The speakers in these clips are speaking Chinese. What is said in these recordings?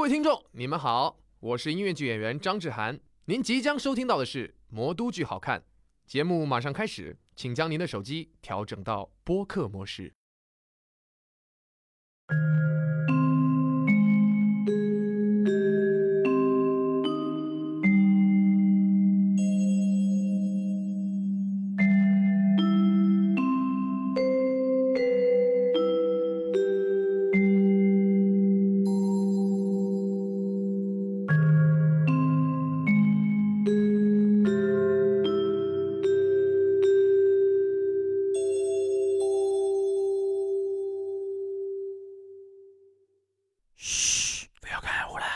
位听众，你们好，我是音乐剧演员张志涵。您即将收听到的是《魔都剧好看》节目，马上开始，请将您的手机调整到播客模式。嘘，不要看我了。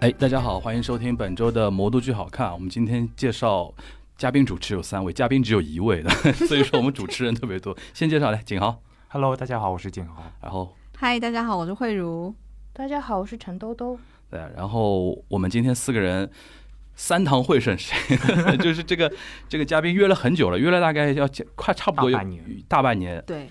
哎，大家好，欢迎收听本周的《魔都剧好看》。啊我们今天介绍嘉宾主持有三位，嘉宾只有一位的， 所以说我们主持人特别多。先介绍来景豪， Hello，大家好，我是景豪。然后嗨，大家好，我是慧茹。大家好，我是陈兜兜。对，啊然后我们今天四个人三堂会审谁呢？ 就是这个这个嘉宾约了很久了，约了大概要快差不多有大半年大半年，对，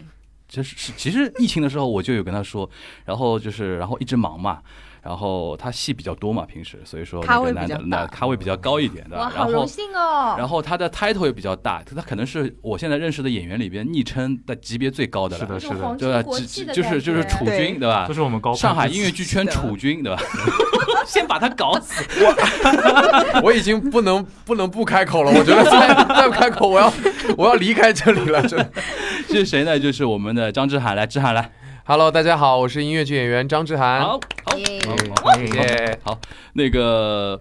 就是是，其实疫情的时候我就有跟他说，然后就是然后一直忙嘛，然后他戏比较多嘛，平时所以说咖位那个比较那那大咖位比较高一点的，哇，啊然好后荣幸哦！然后他的 title 也比较大，他可能是我现在认识的演员里边昵称的级别最高的是了，的，那是种的黄，对吧？金国只际只的就是感就是觉楚对君对吧这？是我们高攀上海之音乐词剧圈楚君对吧？先把他搞死，我已经不能 不能不开口了，我觉得 再再不开口，我要我要离开这里了。真的。是谁呢？就是我们的张志涵来，志涵来， Hello，大家好，我是音乐剧演员张志涵。好好耶好好欢迎谢谢。那个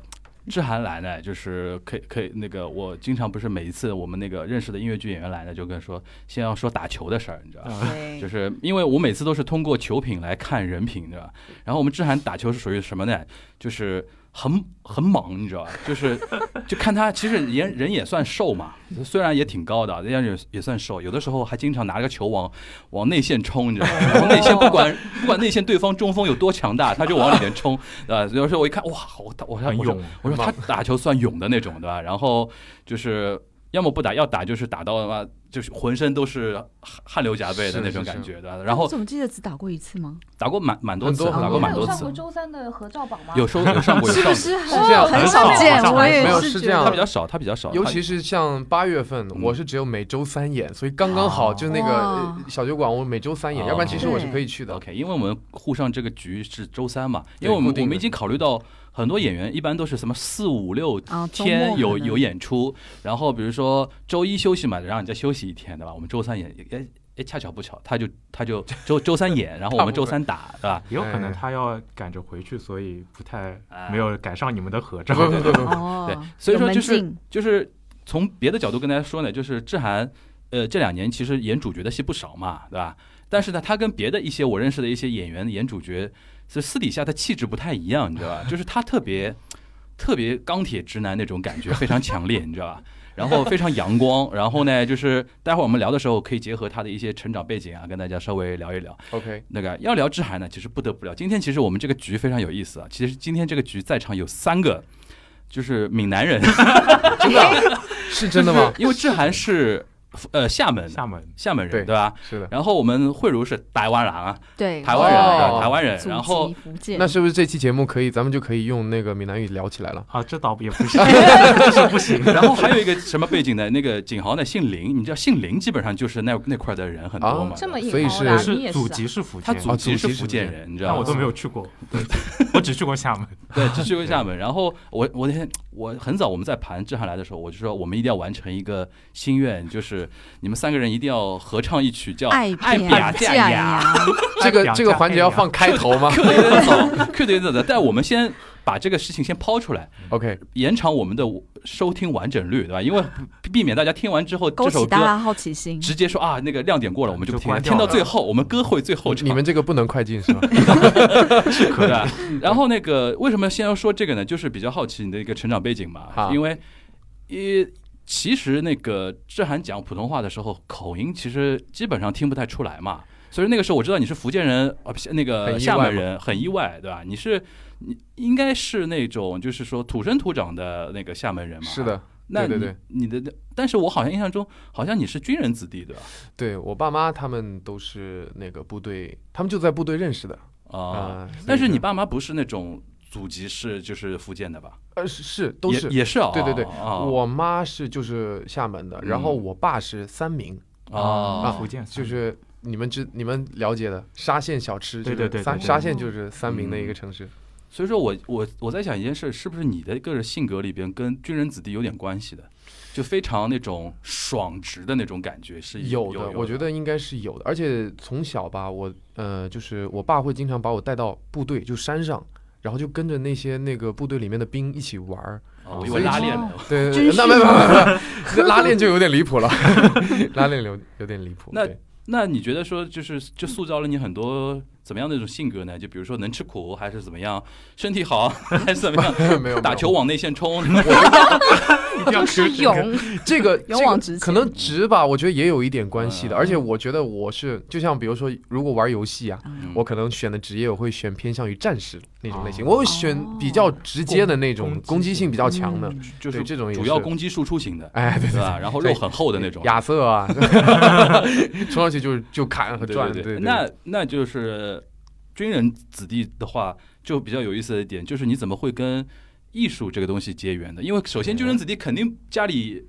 志涵来呢，就是可以可以那个，我经常不是每一次我们那个认识的音乐剧演员来呢，就跟说先要说打球的事儿，你知道吧？就对，是因为我每次都是通过球品来看人品，你知道吧？然后我们志涵打球是属于什么呢？就是很很莽，你知道吧？就是 就看他其实也人也算瘦嘛，虽然也挺高的，人家也也算瘦，有的时候还经常拿个球往往内线冲，你知道吧？然后内线不管不管内线对方中锋有多强大，他就往里面冲，啊，有时候我一看哇，好我我很我说勇，我说他打球算勇的那种，对吧？然后就是要么不打，要打就是打到嘛，就是浑身都是汗汗流浃背的那种是是感觉，对吧？然后我怎么记得只打过一次吗？打过蛮蛮多很次，多打过很多蛮有多上次过，周三的合照榜吗？有收有上过有是上不过，是是这样很很很少少见好？像我没也有是是这样他觉比得较少，他比较少，尤他其是像八月份，我是只有每周三演，所以刚刚好哦就那个哇呃小酒馆，我每周三演，哦要不然其实我是可以去的。 OK，因为我们沪上这个局是周三嘛，因对为我们固定我的们已经考虑到很多演员一般都是什么四五六啊周末天可有能有演出，然后比如说周一休息嘛，让人家休息一天，对吧？我们周三演，哎哎，恰巧不巧，他就他就周周三演，然后我们周三打，对吧？也有可能哎他要赶着回去，所以不太哎没有赶上你们的合不照。不不不不，哦对，所以说有门就是禁就是从别的角度跟大家说呢，就是志涵，呃，这两年其实演主角的戏不少嘛，对吧？但是呢，他跟别的一些我认识的一些演员演主角，是私底下的气质不太一样，你知道 吧？就是他特别特别钢铁直男那种感觉非常强烈，你知道吧？然后非常阳光，然后呢，就是待会儿我们聊的时候可以结合他的一些成长背景啊，跟大家稍微聊一聊。 OK，那个要聊志涵呢，其实不得不聊。今天其实我们这个局非常有意思啊。其实今天这个局在场有三个，就是闽南人，真的 是真的吗？ 因为志涵是呃厦门厦门厦门对人对吧？是的。然后我们慧茹是台湾人啊，对台湾人，哦对吧台湾人。祖然后籍福建那是不是这期节目可以，咱们就可以用那个闽南语聊起来了？啊，这倒 也不是，这是不行。然后还有一个什么背景呢？那个景豪呢姓林，你知道姓林基本上就是那那块的人很多嘛。哦这么所以硬是凹我的，你是也祖是籍啊。是福他建，祖籍哦祖籍是是福福建建人，你知道但吗？我都没有去过，我只去过厦 门。对，只去过厦门。然后我我那天我很早我们在盘志涵来的时候，我就说我们一定要完成一个心愿，就是你们三个人一定要合唱一曲叫《爱爱比亚酱亚呀呀，这哎个呀这个环节要放开头哎吗 Q 的有点早，Q 的有点早，但我们先把这个事情先抛出来， ？OK，延长我们的收听完整率，对吧？因为避免大家听完之后这勾首起大歌家好奇心。直接说啊那个亮点过了，我们就不就听了，关听掉到了最后，我们歌会最后唱。你们这个不能快进 是吧？对吧？然后那个为什么先要说这个呢？就是比较好奇你的一个成长背景嘛好，因为，呃，其实那个志涵讲普通话的时候，口音其实基本上听不太出来嘛。所以那个时候我知道你是福建人，啊，不是那很意个外厦门嘛人，很意外，对吧？你是你应该是那种就是说土生土长的那个厦门人嘛？是的，，那对你对你的，但是我好像印象中好像你是军人子弟对吧？对我爸妈他们都是那个部队，他们就在部队认识的啊，啊、但是你爸爸妈不是那种祖籍是就是福建的吧？呃是是都也是也是啊，对对对啊哦我妈是就是厦门的，然后嗯我爸是三明，啊福建就算是你们知你们了解的沙县小吃，对就是对对对嗯三对沙县就是三明的一个城市，所以说我我我在想一件事，是不是你的个人性格里边跟军人子弟有点关系的，就非常那种爽直的那种感觉是有有的，我觉得应该是有的，而且从小吧，我呃就是我爸会经常把我带到部队，就山上。然后就跟着那些那个部队里面的兵一起玩儿，啊我以所为以拉是链的。对，对军对事那没没没没， 拉链就有点离谱了，拉链有有点离谱。那对那你觉得说就是就塑造了你很多怎么样的一种性格呢？就比如说能吃苦还是怎么样，身体好还是怎么样？没有没有打球往内线 冲，一 定要就是吃这勇个，这个这勇个往直前可能直吧，我觉得也有一点关系的。嗯而且我觉得我是就像比如说，如果玩游戏啊，嗯我可能选的职业我会选偏向于战士那种类型，哦我会选比较直接的那种攻攻击性比较强的嗯， 就是对这种也主要是攻击输出型的，哎对对 吧？然后肉很厚的那种。亚瑟啊， 冲上去就是就砍和对转，对对，那那就是军人子弟的话，就比较有意思的一点就是你怎么会跟艺术这个东西结缘的？因为首先军人子弟肯定家里，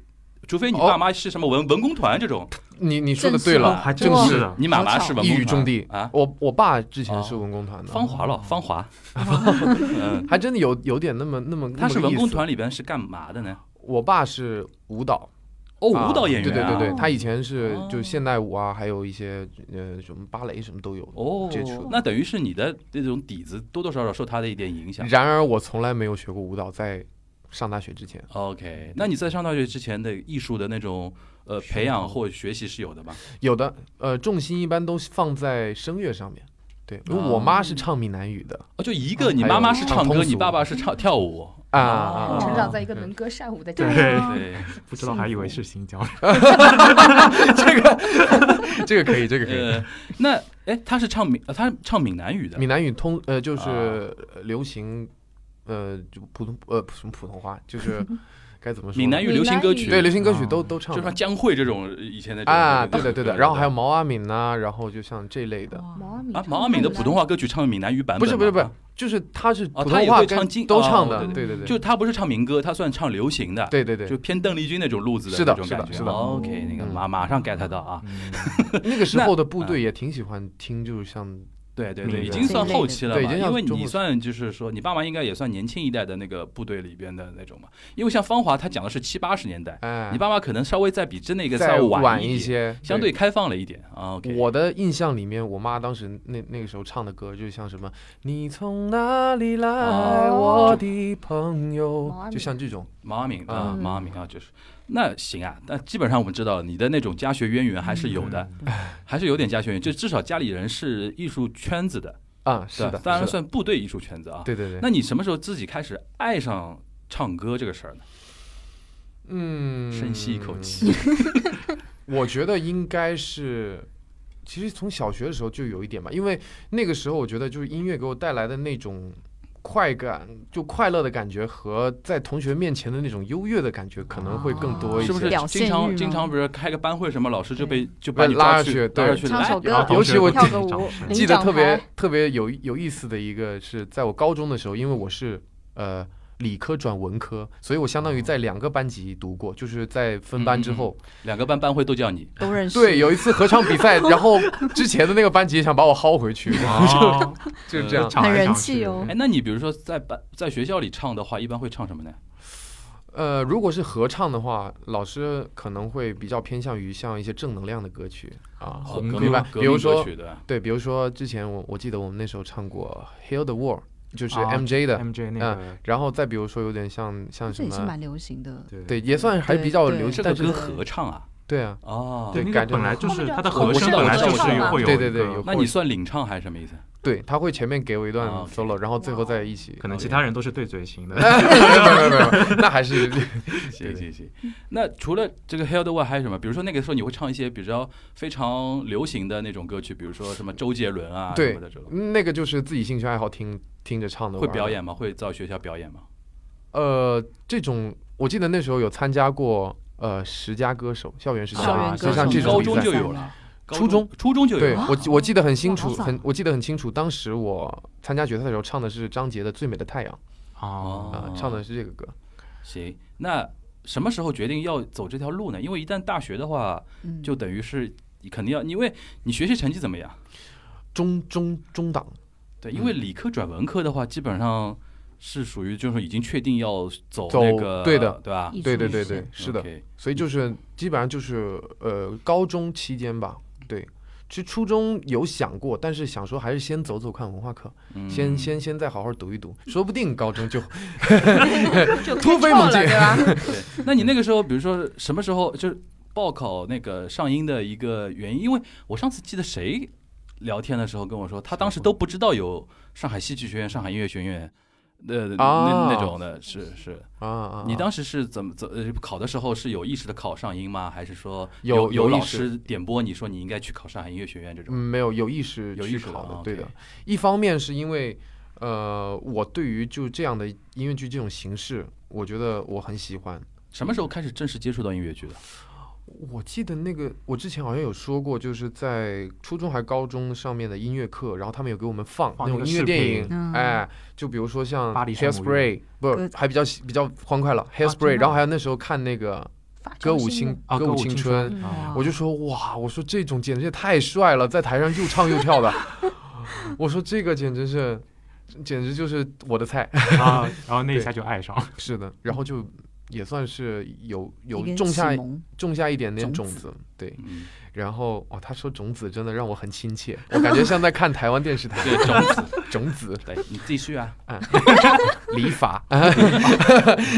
除非你嗯哦爸妈是什么文文工团这种，你你说的对吧了，哦还正真是是的，你妈妈是文一工语团中嗯的啊。我我爸之前是文工团的，芳哦华了，芳 华，嗯，还真的有有点那么哦那么他是那么文个意工思团里边是干嘛的呢？我爸是舞蹈。哦，啊舞蹈演员、对对对哦对，他以前是哦就现代舞啊，还有一些呃什么芭蕾什么都有。哦接触的，那等于是你的这种底子多多少少受他的一点影响。然而我从来没有学过舞蹈，在上大学之前， OK，那你在上大学之前的艺术的那种呃培养或学习是有的吧？有的呃重心一般都放在声乐上面。对，因为哦我妈是唱闽南语的哦，就一个，你啊还妈有妈是唱唱歌，通你俗爸爸是唱跳 舞。啊哦啊，成长在一个能歌善舞的家对庭。对，不知道还以为是新疆，啊这个可以，这个可以。呃，那哎，他是唱闽，呃他唱闽南语的闽南语通呃就是啊呃流行呃就普通呃什么普通 话就是该怎么说呢？闽南语流行歌曲，对流行歌曲哦都都唱就是的像江蕙这种以前的这种啊，对对的对的。然后还有毛阿敏呐，然后就像这类的。哇毛阿敏啊，毛阿敏的普通话歌曲唱闽南语版本不是不是不是，，嘛就是他是哦普他通也话会跟唱京都哦唱的，对对对对，就他不是唱民歌，他算唱流行的，对对对，就偏邓丽君那种路子是那的种是的感觉。是的嗯 OK，那个马马上 get 到啊，嗯 那个时那候的部队也挺喜欢听，就是像对对民对，已歌经算这一类后的期了嗯吧？对已经因像为中你后期算就是说，你爸妈应该也算年轻一代的那个部队里边的那种嘛。因为像芳华，他讲的是七八十年代，哎，你爸妈可能稍微再比这那个再晚晚一点，些，相对。开放了一点啊。OK，我的印象里面，我妈当时那那个时候唱的歌，就像什么“你从哪里来，啊哦我的朋友毛阿”，就敏像这种。毛阿敏啊，嗯毛阿敏啊，就是那行啊，那基本上我们知道了你的那种家学渊源还是有的，嗯 还是有点家学渊源，就至少家里人是艺术圈子的，啊，是对的，当然是的算部队艺术圈子啊。对对对。那你什么时候自己开始爱上唱歌这个事儿呢？嗯，深吸一口气。我觉得应该是，其实从小学的时候就有一点吧，因为那个时候我觉得就是音乐给我带来的那种快感，就快乐的感觉和在同学面前的那种优越的感觉可能会更多一些。是不是表经现常欲经吗常，比如开个班会什么，老师就被就把被你嗯拉抓下去去拉对下去哎唱来首然后歌，同尤学其我会跳个掌舞声领记得奖特别台特别有有意思的一个是，在我高中的时候，因为我是呃理科转文科，所以我相当于在两个班级读过，就是在分嗯班之后，两个班班会都叫嗯你，都认识。对，有一次合唱比 赛，然后之前的那个班级想把我薅 回去，哦就是这样。唱来很人唱气去哦哎，那你比如说在班在学校里唱的话，一般会唱什么呢？呃，如果是合唱的话，老师可能会比较偏向于像一些正能量的歌曲啊，哦红革歌命吧革比如命歌说曲的，对，比如说之前我我记得我们那时候唱过《Heal the World》，就是啊 MJ 的， MJ 那嗯个，然后再比如说有点像像这什也是么，蛮流行的。对，也算还比较流对行，这个但是歌合唱啊，对啊，哦，对，对那感个觉本来就是它的我和知声道本来我知道就是我知道会有对一对对个有那你算领唱还是什么意思？对，他会前面给我一段哦啊，OK solo，然后最后再一起，可能其 OK 他人都是对嘴型的， 没有没有没有，那还是行行行。那除了这个《Hell the World》，还有什么？比如说那个时候你会唱一些比较非常流行的那种歌曲，比如说什么周杰伦啊对什么的这种，嗯那个就是自己兴趣爱好听听着唱的，会表。演吗？会到学校表演吗？呃，这种我记得那时候有参加过呃十佳歌手，校园十佳校园歌啊手，歌就像手这高种中比赛就有高初中初中就有对了，我记我记得很清楚，哇好早很我记得很清楚，当时我参加决赛的时候唱的是张杰的《最美的太阳》 哦，啊、哦唱的是这个歌。行，那什么时候决定要走这条路呢？因为一旦大学的话，嗯，就等于是你肯定要，因为你学习成绩怎么样？中中中档，对，因嗯为理科转文科的话，基本上是属于就是已经确定要走走那个，对的对吧？艺术对对对类型对，是的。 OK 所以就是基本上就是呃高中期间吧，对。其实初中有想过，但是想说还是先走走看文化课，嗯先先先再好好读一 读，说不定高中就就开突飞猛窍了进对吧？ 对，那你那个时候，比如说什么时候就是报考那个上音的一个原因？因为我上次记得谁聊天的时候跟我说，他当时都不知道有上海戏剧学院、上海音乐学院。呃，那啊那种的，是是，啊啊！你啊当时是怎么怎呃考的时候是有意识的考上音吗？还是说有有有意老识师点拨你说你应该去考上海音乐学院这嗯种？没有有意识有去意识的考的啊，对的 OK。一方面是因为呃我对于就这样的音乐剧这种形式，我觉得我很喜欢。什么时候开始正式接触到音乐剧的？我记得那个，我之前好像有说过，就是在初中还高中上面的音乐课，然后他们有给我们放放那种那个音乐视电频影，嗯哎，就比如说像巴黎 h a i r 圣 s 母 p r a 院 y 不是歌哦还比较喜比较欢快了 Hairspray，的然后还有那时候看那个法 歌中舞新青闻啊歌歌舞舞青青啊春，嗯哇我就说哇，我说这种简直也太帅了，在台上又唱又跳的， 我说这个简直是，简直就是我的菜。 啊，然后那一下就爱上了，是的，然后就也算是有有一个种下启蒙种下一点点种种子，子对。嗯，然后哦，他说种子真的让我很亲切，我感觉像在看台湾电视台。对，种子，种子对，你继续啊。理 法，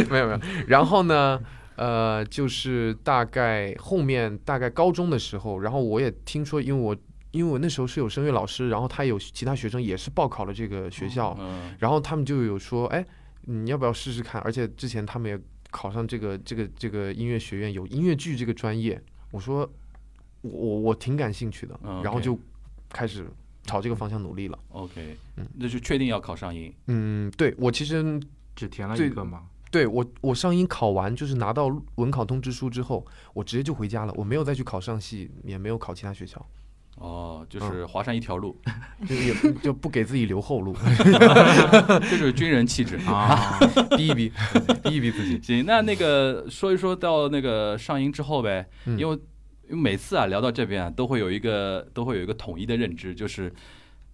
没有没有。然后呢，呃，就是大概后面大概高中的时候，然后我也听说，因为我因为我那时候是有声乐老师，然后他有其他学生也是报考了这个学校，嗯，然后他们就有说，哎，你要不要试试看？而且之前他们也考上这个这个这个音乐学院有音乐剧这个专业，我说我我我挺感兴趣的，嗯然后 OK 就开始朝这个方向努力了。 OK，嗯那就确定要考上音。嗯，对我其实只填了对一个嘛，对我我上音考完就是拿到文考通知书之后，我直接就回家了，我没有再去考上戏，也没有考其他学校，哦，嗯就是华山一条路， 就也 就不给自己留后路，这就是军人气质。啊，逼一逼， 逼一逼自己。 行，那那个说一说到那个上映之后呗，嗯，因为因为每次啊聊到这边啊，都会有一个都会有一个统一的认知，就是。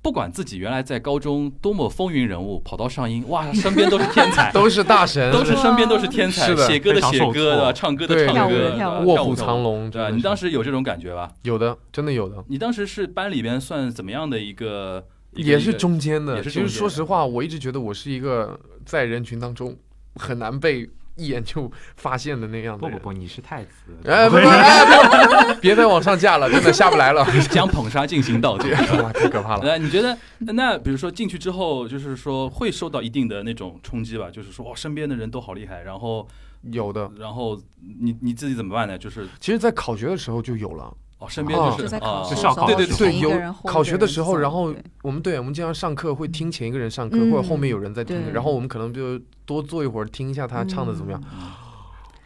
不管自己原来在高中多么风云人物，跑到上音，哇，身边都是天 才都是大神，都是身边都是天才是，的写歌的非常写受歌挫的，唱歌的对唱跳舞歌的的，跳舞卧虎藏龙，对吧？啊真的你是当时有这种感觉吧？有的，真的有的。你当时是班里边算怎么样的一个？一个也是，中间的。也是其中实间说的实话，我一直觉得我是一个在人群当中很难被一眼就发现的那样的不人不。不，你是 太子， 哎，不不，哎，不别再往上架了，真的下不来了。一个将捧杀进行 到底。哇，太可怕了。 那你觉得，那比如说进去之后，就是说会受到一定的那种冲击吧？就是说，哇，身边的人都好厉害，然后，有的，然后你你自己怎么办呢？就是其实，在考学的时候就有了。哦，身边就就是在啊考，是试的时上候考对对前对一有个人考学的时候后一个然人送后对我们对，我们经常上课会听前一个人上课，嗯或者后面有人在听，对然后我们可能就多坐一会儿听一下他唱的怎么样。嗯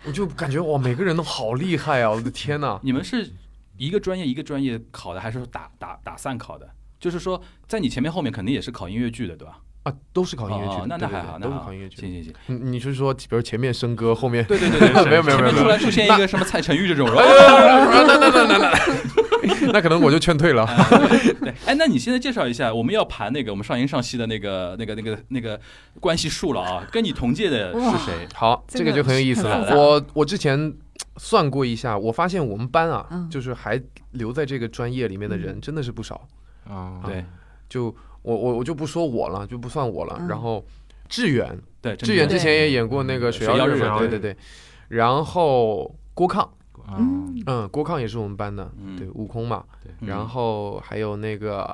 我就感觉哇，每个人都好厉害啊！我的天呐。你们是一个专业一个专业考的，还是说打打打散考的？就是说，在你前面后面肯定也是考音乐剧的，对吧？啊，都是考音乐哦剧的，哦那对那对还对好，那都是还好考音乐剧的行。行行， 你你是说，比如前面笙歌，后面对对对对，对没有没有前没有面没有突然出现一个什么蔡成玉 这种，然后那可能我就劝退了。 对，哎，那你现在介绍一下，我们要盘那个我们上音上戏的那个那个那个那个关系数了啊，跟你同届的是谁？好，这这个个就很有意思很了复。杂我我之前算过一下，我发现我们班啊嗯，就是还留在这个专业里面的人真的是不少。啊，对就我我我就不说我了，就不算我了。嗯然后志远，对，志远真之的前也演过那个《水水曜曜日日嘛》，对对对对。然后郭抗，嗯，嗯，郭抗也是我们班的，嗯对，悟空嘛。嗯然后还有那个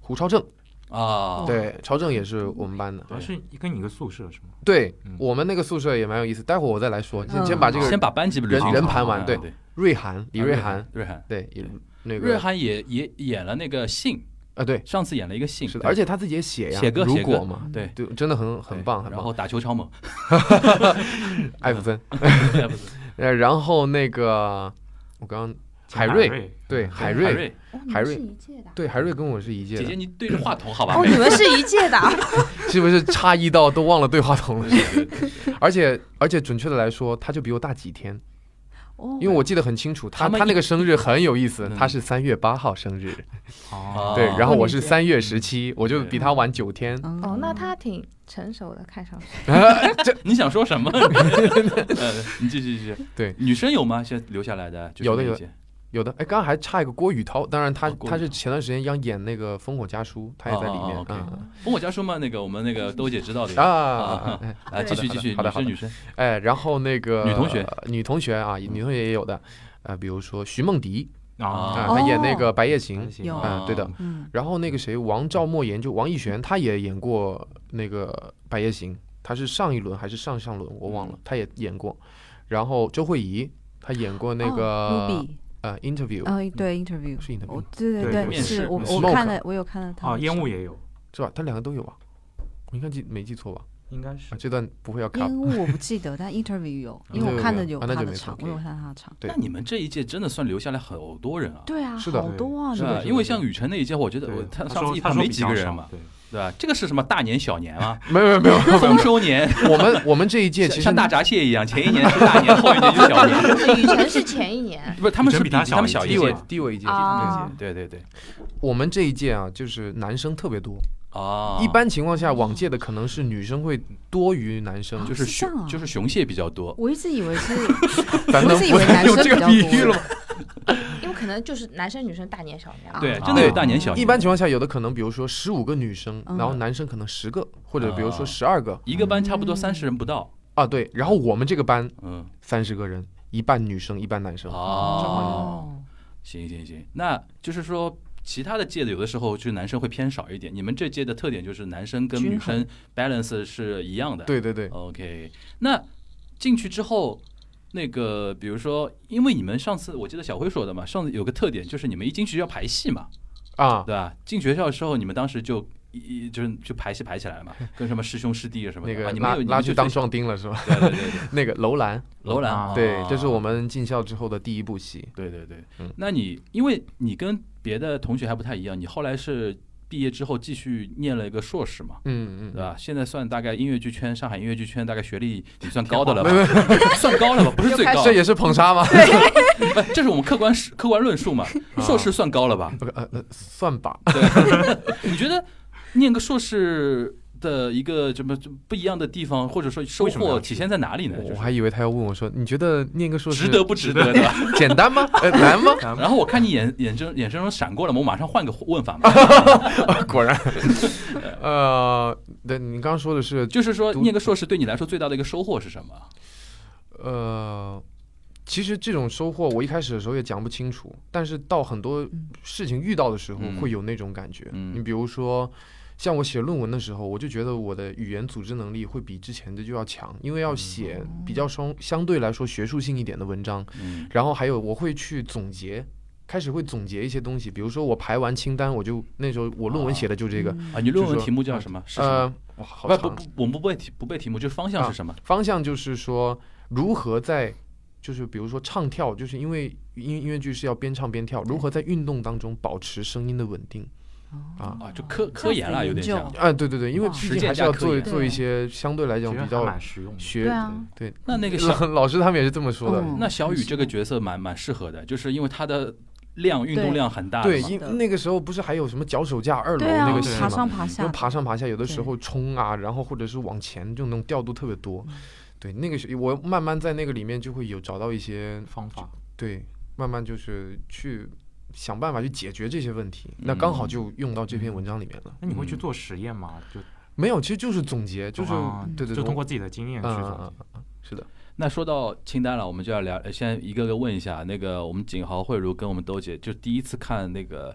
胡超正，啊，对，超正也是我们班的主。要是跟你一个宿舍是吗？对嗯我们那个宿舍也蛮有意思，待会儿我再来说，先先把这个先把班级捋清楚人人盘完啊对对，瑞涵，李啊瑞涵，瑞涵，对，也对那瑞个涵也也演了那个信，啊，对，上次演了一个信，是的，对而且他自己也写呀，写歌如写歌果嘛，对对，真的很很棒，很然棒后。打球超猛，艾弗森，对不是呃，然后那个我刚刚海瑞瑞，对海海瑞，瑞哦你海们瑞是一届的啊，对海瑞跟我是一届姐姐，的，你对着话筒好吧？哦，你们是一届的啊，是不是差异到都忘了对话筒了？对对对而且而且准确的来说，他就比我大几天，哦，因为我记得很清楚，他他们他那个生日很有意思嗯，他是三月八号生日，啊哦，对，然后我是哦三嗯月十七，我就比他晚九天，嗯哦，那他挺成熟的，看上去。你想说 什么？ 呃，你继续继续。对，女生有吗？现在留下来的就是有的那有的些 有的，哎，刚刚还差一个郭宇涛，当然他、哦郭宇他涛是前段时间要演那个《烽火家书》，他也在里面哦哦哦哦啊跟我家说嘛，那个我们那个豆姐知道的啊呀。啊，哎来，继续继续，好的好的女好的生女生，哎，然后那个女同学嗯呃女同学啊，女同学也有的，呃，比如说徐梦迪啊，啊她演那哦个《白夜行》行有啊，对的。嗯，然后那个谁，王兆莫言就王艺璇，他也演过那个《白夜行》，他是上一轮还是上上轮我忘嗯了，他也演过。然后周慧仪，她演过那哦个 Ruby，呃 Interview，哦，对，interview，是 interview 我对对对面试是我我 Smoke 看了，我有看到他啊哦，烟雾也有，是吧？他两个都有吧？我应该记没记错吧？应该是啊，这段不会要卡烟雾我不记得，但 interview 有，因为 Interview 我看的有有啊他那就的没场，错我有，OK 看他的场，对那你们这一届真的算留下来好多人啊，对啊，是的好多啊，对是的吧？是因为的像雨辰那一届，我觉得我对他他上说次一他趟说没比几较个人少嘛，对，对吧？这个是什么大年小年 啊，没有没有没有没 有没有丰收年，我们我们这一届其像实像大闸蟹一样，前一年是大年，后一年就是小 年，哦雨辰是前一年，不是他们雨是辰比比他他们小小一一低届我届嘛，低我一届，低啊我一届。哦对对对，我们这一届啊，就是男生特别多。啊，一般情况下，往哦届的可能是女生会多于男生，啊就就是是是这样啊熊就是熊蟹比较多， 我一直以为是，咱我能一直以为男生用比这较个比喻了多吗？因为可能就是男生女生大年小年啊。对，啊真的有大年小年，一般情况下，有的可能比如说十五个女生，嗯然后男生可能十个，或者比如说啊十二个一个班差不多三十人不到，啊，对。然后我们这个班嗯，三十个人，一半女生，一半男啊生。哦，行行行，那就是说。其他的届的有的时候就是男生会偏少一点，你们这届的特点就是男生跟女均衡生 balance 是一样的。对对对， ，OK。那进去之后，那个比如说，因为你们上次我记得小辉说的嘛，上次有个特点就是你们一进去要排戏嘛，啊，对吧？进学校的时候，你们当时就一一就是就排戏排起来了嘛，跟什么师兄师弟啊什么的那啊个你们拉有你拉们去就当最壮丁了是吧？ 对对对对，那个楼兰，楼兰啊对，这是我们。们进校之后的第一部戏。对对对，嗯那你因为你跟别的同学还不太一样，你后来是毕业之后继续念了一个硕士嘛，嗯嗯嗯，对吧？现在算大概音乐剧圈，上海音乐剧圈大概学历你算高的了吧？ 算高了吧？不是最高，这也是捧杀吗？ 不，这是我们客观是客观论述嘛？硕士算高了吧？ 呃呃，算吧，对， 你觉得念个硕士？的一个什么不一样的地方，或者说收为什么获要体现在哪里呢？就我是还以为他要问我说，你觉得念个硕士值得不值得，对吧？ 简单吗？ 呃，难吗？然后我看你眼眼睁眼神中闪过了嘛，我马上换个问法嘛，果然，呃，对，你刚刚说的是，就是说读念个硕士对你来说最大的一个收获是什么？呃，其实这种收获我一开始的时候也讲不清楚，但是到很多事情遇到的时候嗯会有那种感觉。嗯你比如说，像我写论文的时候，我就觉得我的语言组织能力会比之前的就要强，因为要写哦比较相相对来说学术性一点的文章，嗯然后还有我会去总结。开始会总结一些东西，比如说我排完清单，我就那时候我论文写的就这个，嗯哎啊，你论文就是说题目叫什么？是什么？呃，哇，好不长不不，我们不背题，不背题目，就是方向是什么？方向就是说如何在，就是比如说唱跳，就是因为音音乐剧是要边唱边跳，如何在运动当中保持声音的稳定哦啊？啊，就科科研了，有点像。啊，对对对，因为哇毕实竟践还是加要科做研做一些相对来这讲比还较蛮实用的，学对啊，对。那那个小老老师他们也是这么说的，嗯那小雨这个很像角色蛮蛮适合的，就是因为他的量运动对量很大的对，嘛，因的那个时候不是还有什么脚手架二楼对啊那个对戏爬吗？上爬就下，爬上爬下，有的时对候冲啊，然后或者是往前，就那种调度特别多嗯。对，那个是我慢慢在那个里面就会有找到一些方法对，慢慢就是去想办法去解决这些问题。那刚好嗯就用到这篇文章里面了。那你会去嗯做实验吗？就没有，其实就是总结，就是、啊对对就对，通过自己的经验去嗯总嗯结。是的，那说到清单了，我们就要聊，呃先一个个问一下。那个我们景豪、慧茹跟我们兜姐，就第一次看那个，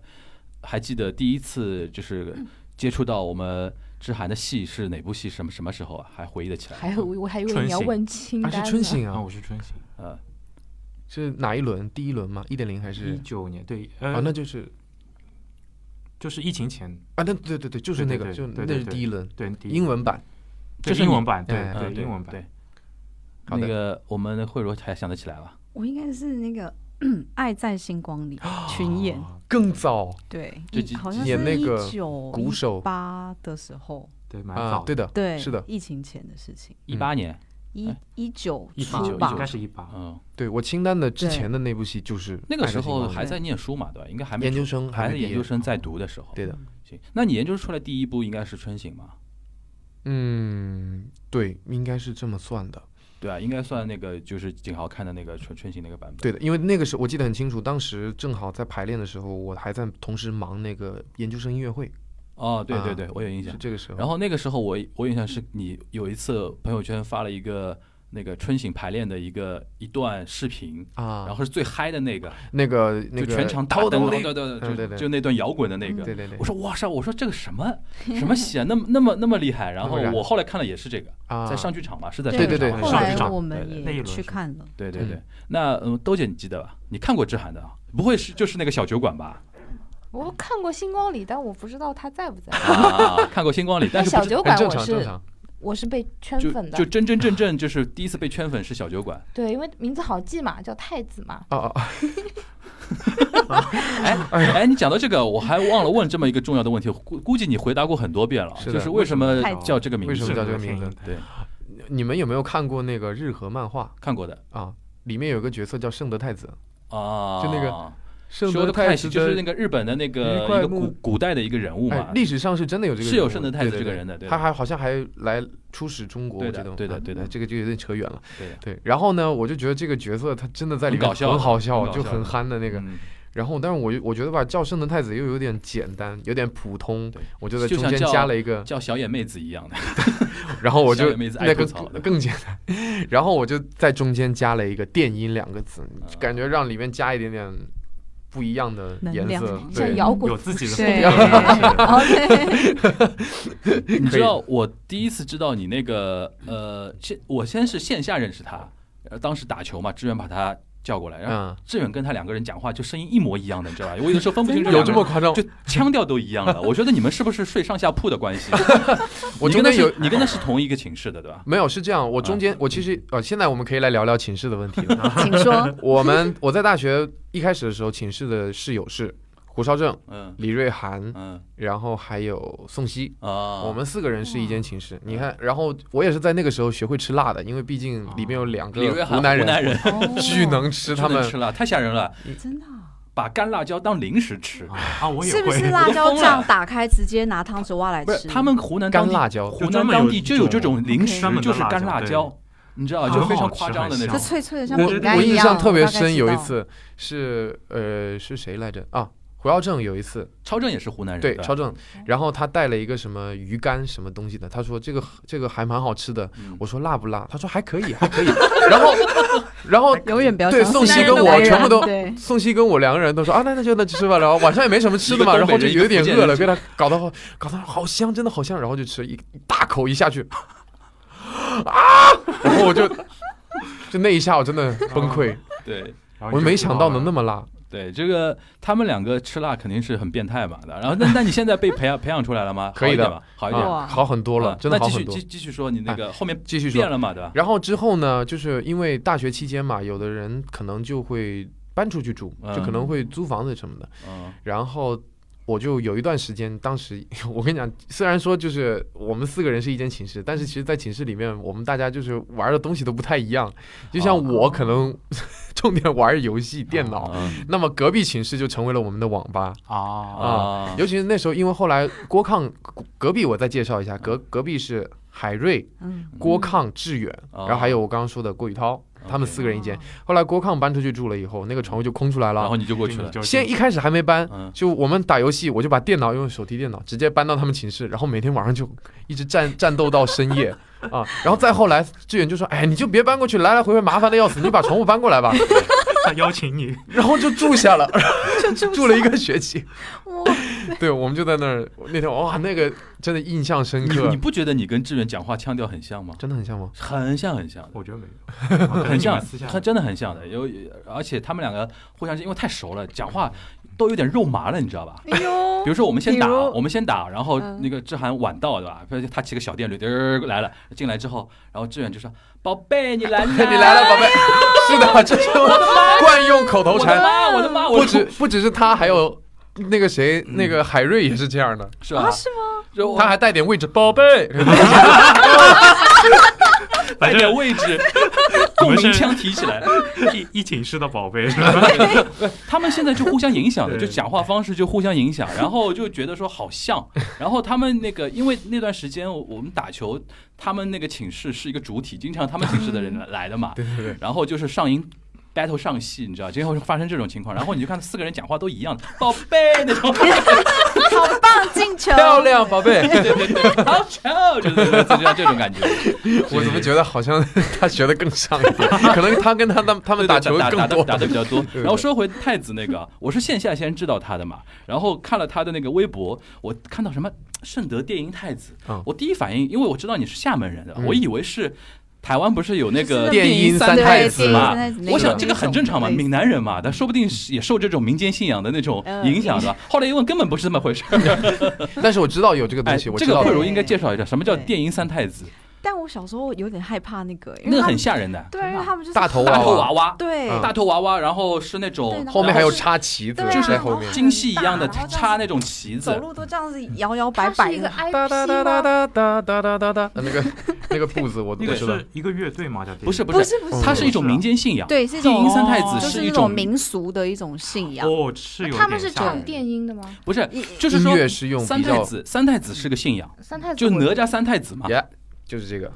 还记得第一次就是接触到我们知涵的戏是哪部戏？什么什么时候啊？还回忆得起来？还有我还以为春你要醒问清啊单呢。是春醒啊，啊，我是春醒，呃，是哪一轮？第一轮吗？一点零还一是九年对，啊？呃那，就是就是疫情前啊，那对对对，就是那对对个，对就对那对是第一轮对第一英文版，对这是英你文版，对嗯嗯对英文版，好的那个我们的慧茹还想得起来吧？我应该是那个 《爱在星光里》群啊演，更早对就几，好像演那是一个九鼓手八的时候，对，蛮啊早，，对，的，对，是的，疫情前的事情，一八年，一哎一九一八初19吧应该，是一八，嗯，对我清单的之对前的那部戏就是那个爱时在星候光里还在念书嘛，对吧？应该还没研究出生还没是毕研业究，生在读的时候。对的，行，那你研究生出来第一部应该是《春醒》嘛？嗯，对，应该是这么算的，对啊，应该算那个就是景豪看的那个春《春醒》那个版本。对的，因为那个时候我记得很清楚，当时正好在排练的时候，我还在同时忙那个研究生音乐会，哦，对对啊对，我有印是象。这个时候，然后那个时候我我印象是你有一次朋友圈发了一个那个春醒排练的一个一段视频，啊，然后是最嗨的那个，那个那就个全场打偷灯，偷对地对对，嗯对就对就那段摇滚的那个。对对对我说哇塞，我说这个什么什么戏啊，那么那么那么厉害。然后那么燃我后来看了也是这个，啊，在上剧场嘛，是在对上剧对场对嘛后上来剧场。我对们对那一也轮去是看 了，对对对嗯，那嗯，豆姐你记得吧？你看过志涵的啊？不会是就是那个小酒 馆吧？我看过《星光里》，但我不知道他在不在。啊，看过《星光里》，但但是不小知酒很馆正我常正是常，我是被圈就粉就的，真真正正就是第一次被圈粉是小酒 馆。对，因为名字好记嘛，叫太子嘛。哦哦，啊哎哎，你讲到这个，我还忘了问这么一个重要的问题，估估计你回答过很多遍了，是就的是为什么太叫这个名为什么字？叫这个名字天对，你们有没有看过那个日和漫画看过的啊？里面有个角色叫圣德太子，啊，就那个圣修德的太子子，就是的那个日本的那个愉一快个古木古代的一个人物哎嘛。历史上是真的有这个是有人物圣德太子对对这个对人的对他的还好像还来出使中国，对我的记得对的啊对的哎这个就有点扯远了。对的对，然后呢，我就觉得这个角色他真的在里很面搞笑很好很笑，搞就笑很憨的那个。嗯然后，但是我我觉得吧，叫圣德太子又有点简单，有点普通对，我就在就中像间叫加了一个，叫小野妹子一样的，嗯然后我小就野妹子爱那吐个槽的更更简单，然后我就在中间加了一个电音两个字，嗯感觉让里面加一点点不一样的能颜量色，像对，摇滚有自己的对 风格 OK， 你可知以道我第一次知道你那个呃，先我先是线下认识他，呃当时打球嘛，志远把他叫过来，然后嗯，志远跟他两个人讲话就声音一模一样的，你知道吧？我有的时候分不清这有两这个么夸张？就腔调都一样了。我觉得你们是不是睡上下铺的关系？ 我你中跟他间有是你嗯跟他是同一个寝室的，对吧？没有是这样，我中间我其实呃，现在我们可以来聊聊寝室的问题了。啊请 说哦我们我在大学一开始的时候，寝室的室友是胡绍正、嗯李瑞涵，嗯然后还有宋希。啊，嗯我们四个人是一间寝室，你看，然后我也是在那个时候学会吃辣的，因为毕竟里面有两李瑞个涵南人，南人哦，巨能吃，他真的们吃辣太吓人了，真的啊。把干辣椒当零食吃。啊啊，我也是不是 会，辣椒疯了酱打开直接拿汤匙挖来不是，吃？他们湖南当干地辣椒，湖南当地就有这种零食专，门的就是干辣椒辣椒，你知道，很就好非常夸张的那这种吃很。香脆脆的像我饼干我一样。印象特别我大概深，知有一道，次是呃是谁来着啊？胡耀正有一次超正也是湖南人，嗯对吧超正，然后他带了一个什么鱼干什么东西的，他说这个这个还蛮好吃的嗯，我说辣不辣？他说还可以，还可以。然后然后永远不要对相信宋希男人跟的我来全部源都对，宋希跟我两个人都说啊，那那就那吃吧。然后晚上也没什么吃的一嘛，个然东后北就人有点一个福建饿了，人给他搞到搞到好香，真的好香，然后就吃一一大口一下去， 啊，然后我就就那一下我真的崩溃，对我没想到能那么么辣。对，这个他们两个吃辣肯定是很变态嘛的。然后那那你现在被培养培养出来了 吗？可以的好一点吧，好一点。啊，哇好很多了，哎啊真的那好继很续多继。继续说，你那个后面继续说变，了嘛，对吧？然后之后呢，就是因为大学期间嘛，有的人可能就会搬出去住，嗯就可能会租房子什么的。 嗯，然后我就有一段时间，当时 我跟你讲，虽然说就是我们四个人是一间寝室，但是其实，在寝室里面，我们大家就是玩的东西都不太一样。就像我可能 重点玩游戏、电脑，嗯那么隔壁寝室就成为了我们的网吧。啊，啊尤其是那时候，因为后来郭抗隔隔壁，我再介绍一下，隔隔壁是海瑞、嗯，郭抗、志远，哦然后还有我刚刚说的郭宇涛，他们四个人 一间哦。后来郭抗搬出去住了以后，那个床位就空出来然了后。你就过去就了你。就先一开始还没搬，嗯，就我们打游戏，我就把电脑用手提电脑直接搬到他们寝室，然后每天晚上就一直战 战斗到深夜啊。然后再后来，志远就说：“哎，你就别搬过去，来来回回麻烦的要死，你把床务搬过来吧。 他邀请你，” 然后就住下了，就住了一个学期。哇对，我们就在那儿那天哇，那个真的印象深你你刻，不觉得你跟志远讲话腔调很像吗？真的很像吗？ 很像很像的，我觉得没有，很像，私下他真的很像的。有，而且他们两个互相之间因为太熟了，讲话都有点肉麻了，你知道吧？哎呦比，如说我们先打，比如我们先打，然后嗯那个志涵晚到对吧？比如他骑个小电驴，嘚儿来了，进来之后，然后志远就说：“宝贝，你来你来了，宝贝， 是的，这是哎我惯用口头我的禅，妈，我的妈，我不的止不只是他，还有那个谁，那个海瑞也是这样的，是吧？啊 是吗？然后他还带点位置，宝贝，摆点位置，共鸣 腔提起来。一一寝室的宝贝是吧？他们现在就互相影 响的，就对讲话方式就互相影响，然后就觉得说好像，然后他们那个因为那段时间我我们打球，他们那个寝室是一个主体，经常他们寝室的人来来的嘛，嗯对对对，然后就是上音 battle 上戏，你知道，经常会发生这种情况，然后你就看四个人讲话都一样，宝贝那 种，好棒，进球！漂亮，宝贝，对对对，好巧，就是类似这样这种感觉。我怎么觉得好像他学的更上一点？可能他跟他他他们打球打更多。打 的比较多。对然后说回太子那个，我是线下先知道他的嘛，然后看了他的那个微博，我看到什么圣德电音太子嗯，我第一反应，因为我知道你是厦门人的嗯，我以为是台湾不是有那个是电音三对太对子嘛三太子那我想这那个很正常嘛，种类似闽南人嘛，但说不定是也受这种民间信仰的那种嗯影响 的。后来一问，根本不是这么回事儿。但是我知道有这个东哎，西，我 这知个道慧的。茹应该介绍一下，什么叫对电音三太子？但我小时候有点害怕那个，因为那个他很们吓人的，对，因为他们就是大头大头啊娃娃娃，对嗯大头娃娃，然后是那对种然后面还有插旗子对啊就是在后面然。京戏一样的很大然后插那种旗子走，路都这样子摇摇摆它摆是一个的， IP 哒哒哒哒吗哒哒哒哒哒哒，那个那个步子我那我个知道。是一个乐队吗？叫不是不不是，是不嗯是，它是一种民间信仰。对，是一电种音三太子就是一那种种，民俗的一种信仰。哦，是有他们点是吓人唱电音的吗？不是，一就是音说乐是用三比太较，子，三太子是个信仰，三太子哦就哪我吒三太子嘛。耶，就是这个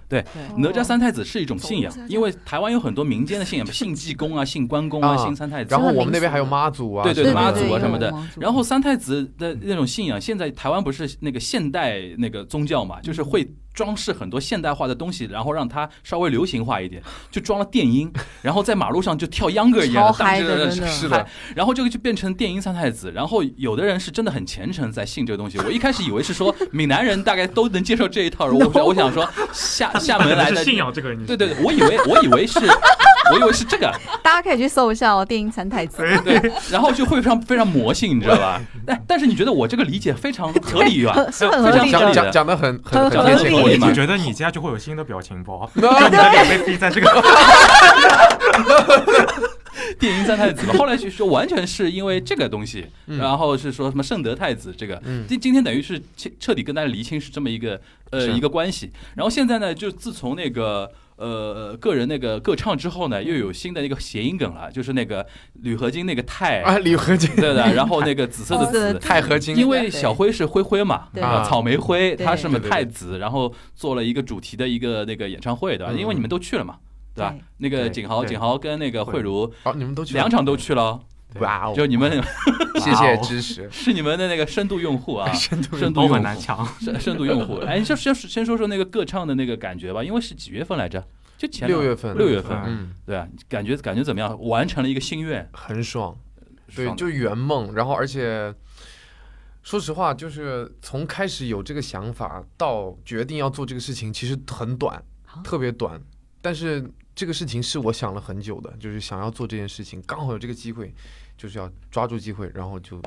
哪吒三太子是一种信仰哦走路是，因为台湾有很多民间的 信仰，信济公啊、信关公啊、啊信三太子然。后我们民那边俗还有的妈祖啊，对对什么妈的祖啊对什么的有妈祖然后三太子的那种信仰，现在台湾不是那个现代那个宗教嘛，就是会装饰很多现代化的东西，然后让它稍微流行化一点，就装了电 音，然后在马路上就跳秧歌一样超当嗨着的人真的是的，然后这个就变成电音三太子，然后有的人是真的很虔诚在信这个东西。我一开始以为是说闽南人大概都能接受这一套， 我想我想说厦厦门来是的，信仰这个人，对对对，我以为我以为是，我以为是这个，大家可以去搜一下哦，电音三太子。 对，然后就会非常非常魔性，你知道吧？但但是你觉得我这个理解非常合理吧？对是很非合常理合讲理讲的。讲的很很讲很贴得很切合口我理音嘛嘛我。觉得你家就会有新的表情 包，那让你的脸被逼在这个。电音三太子嘛，后来就说完全是因为这个东西，然后是说什么圣德太子这个，嗯今今天等于是彻彻底跟大家厘清是这么一个呃是一个关系。然后现在呢，就自从那个。呃，个人那个歌唱之后呢，又有新的一个谐音梗了，就是那个铝合金那个钛，啊，铝合金，对的，然后那个紫色的紫色紫的，钛合金，因为小辉是灰灰嘛，对啊草莓灰，对他是什么对对对太子，然后做了一个主题的一个那个演唱会，对吧？嗯因为你们都去了嘛，对吧对？那个对景豪，对景豪跟那个慧茹哦，你们都去了两场都去了哦，哇哦，就你们 谢谢支持，是你们的那个深度用户啊，深度深度我用很户难，抢，深深度用户。哎，就先先说说那个歌唱的那个感觉吧，因为是几月份来着？就前两六月份六月份，嗯嗯，对啊，感觉感觉怎么样？完成了一个心愿，很爽，对，爽的就圆梦。然后而且，说实话，就是从开始有这个想法到决定要做这个事情，其实很短，啊特别短。但是这个事情是我想了很久的，就是想要做这件事情，刚好有这个机会，就是要抓住机会，然后就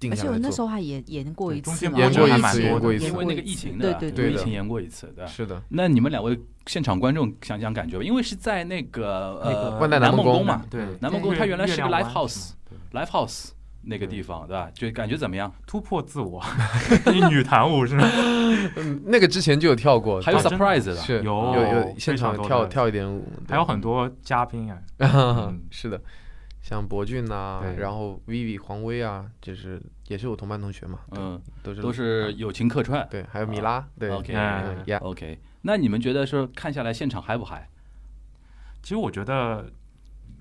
定而下且我来那时做。候还演演过一对中次间嘛，演过我一们次，演过一演次因过，为那个疫情对的，对因为对疫的情延过一次，对啊吧？是的，那你们两位现场观众想想感觉吧，因为是在那个那个呃万代南南梦宫宫嘛， 对，南梦宫它原来是个月亮 live 湾 house 是吗对 live house 那个地方，对吧？就感觉怎么样？突破自我， 你女团舞是吗？嗯，那个之前就有跳过，还有啊真的 surprise 的，是有有有现非常场多跳的跳一点舞，对还有很多嘉宾哎，嗯是的，像博俊呐、对然后 Vivi、黄威啊，就是也是我同班同学嘛，嗯，都是啊都是友情客串。对，还有米拉，对啊 OK 嗯呀， OK，那你们觉得说看下来现场嗨不嗨？其实我觉得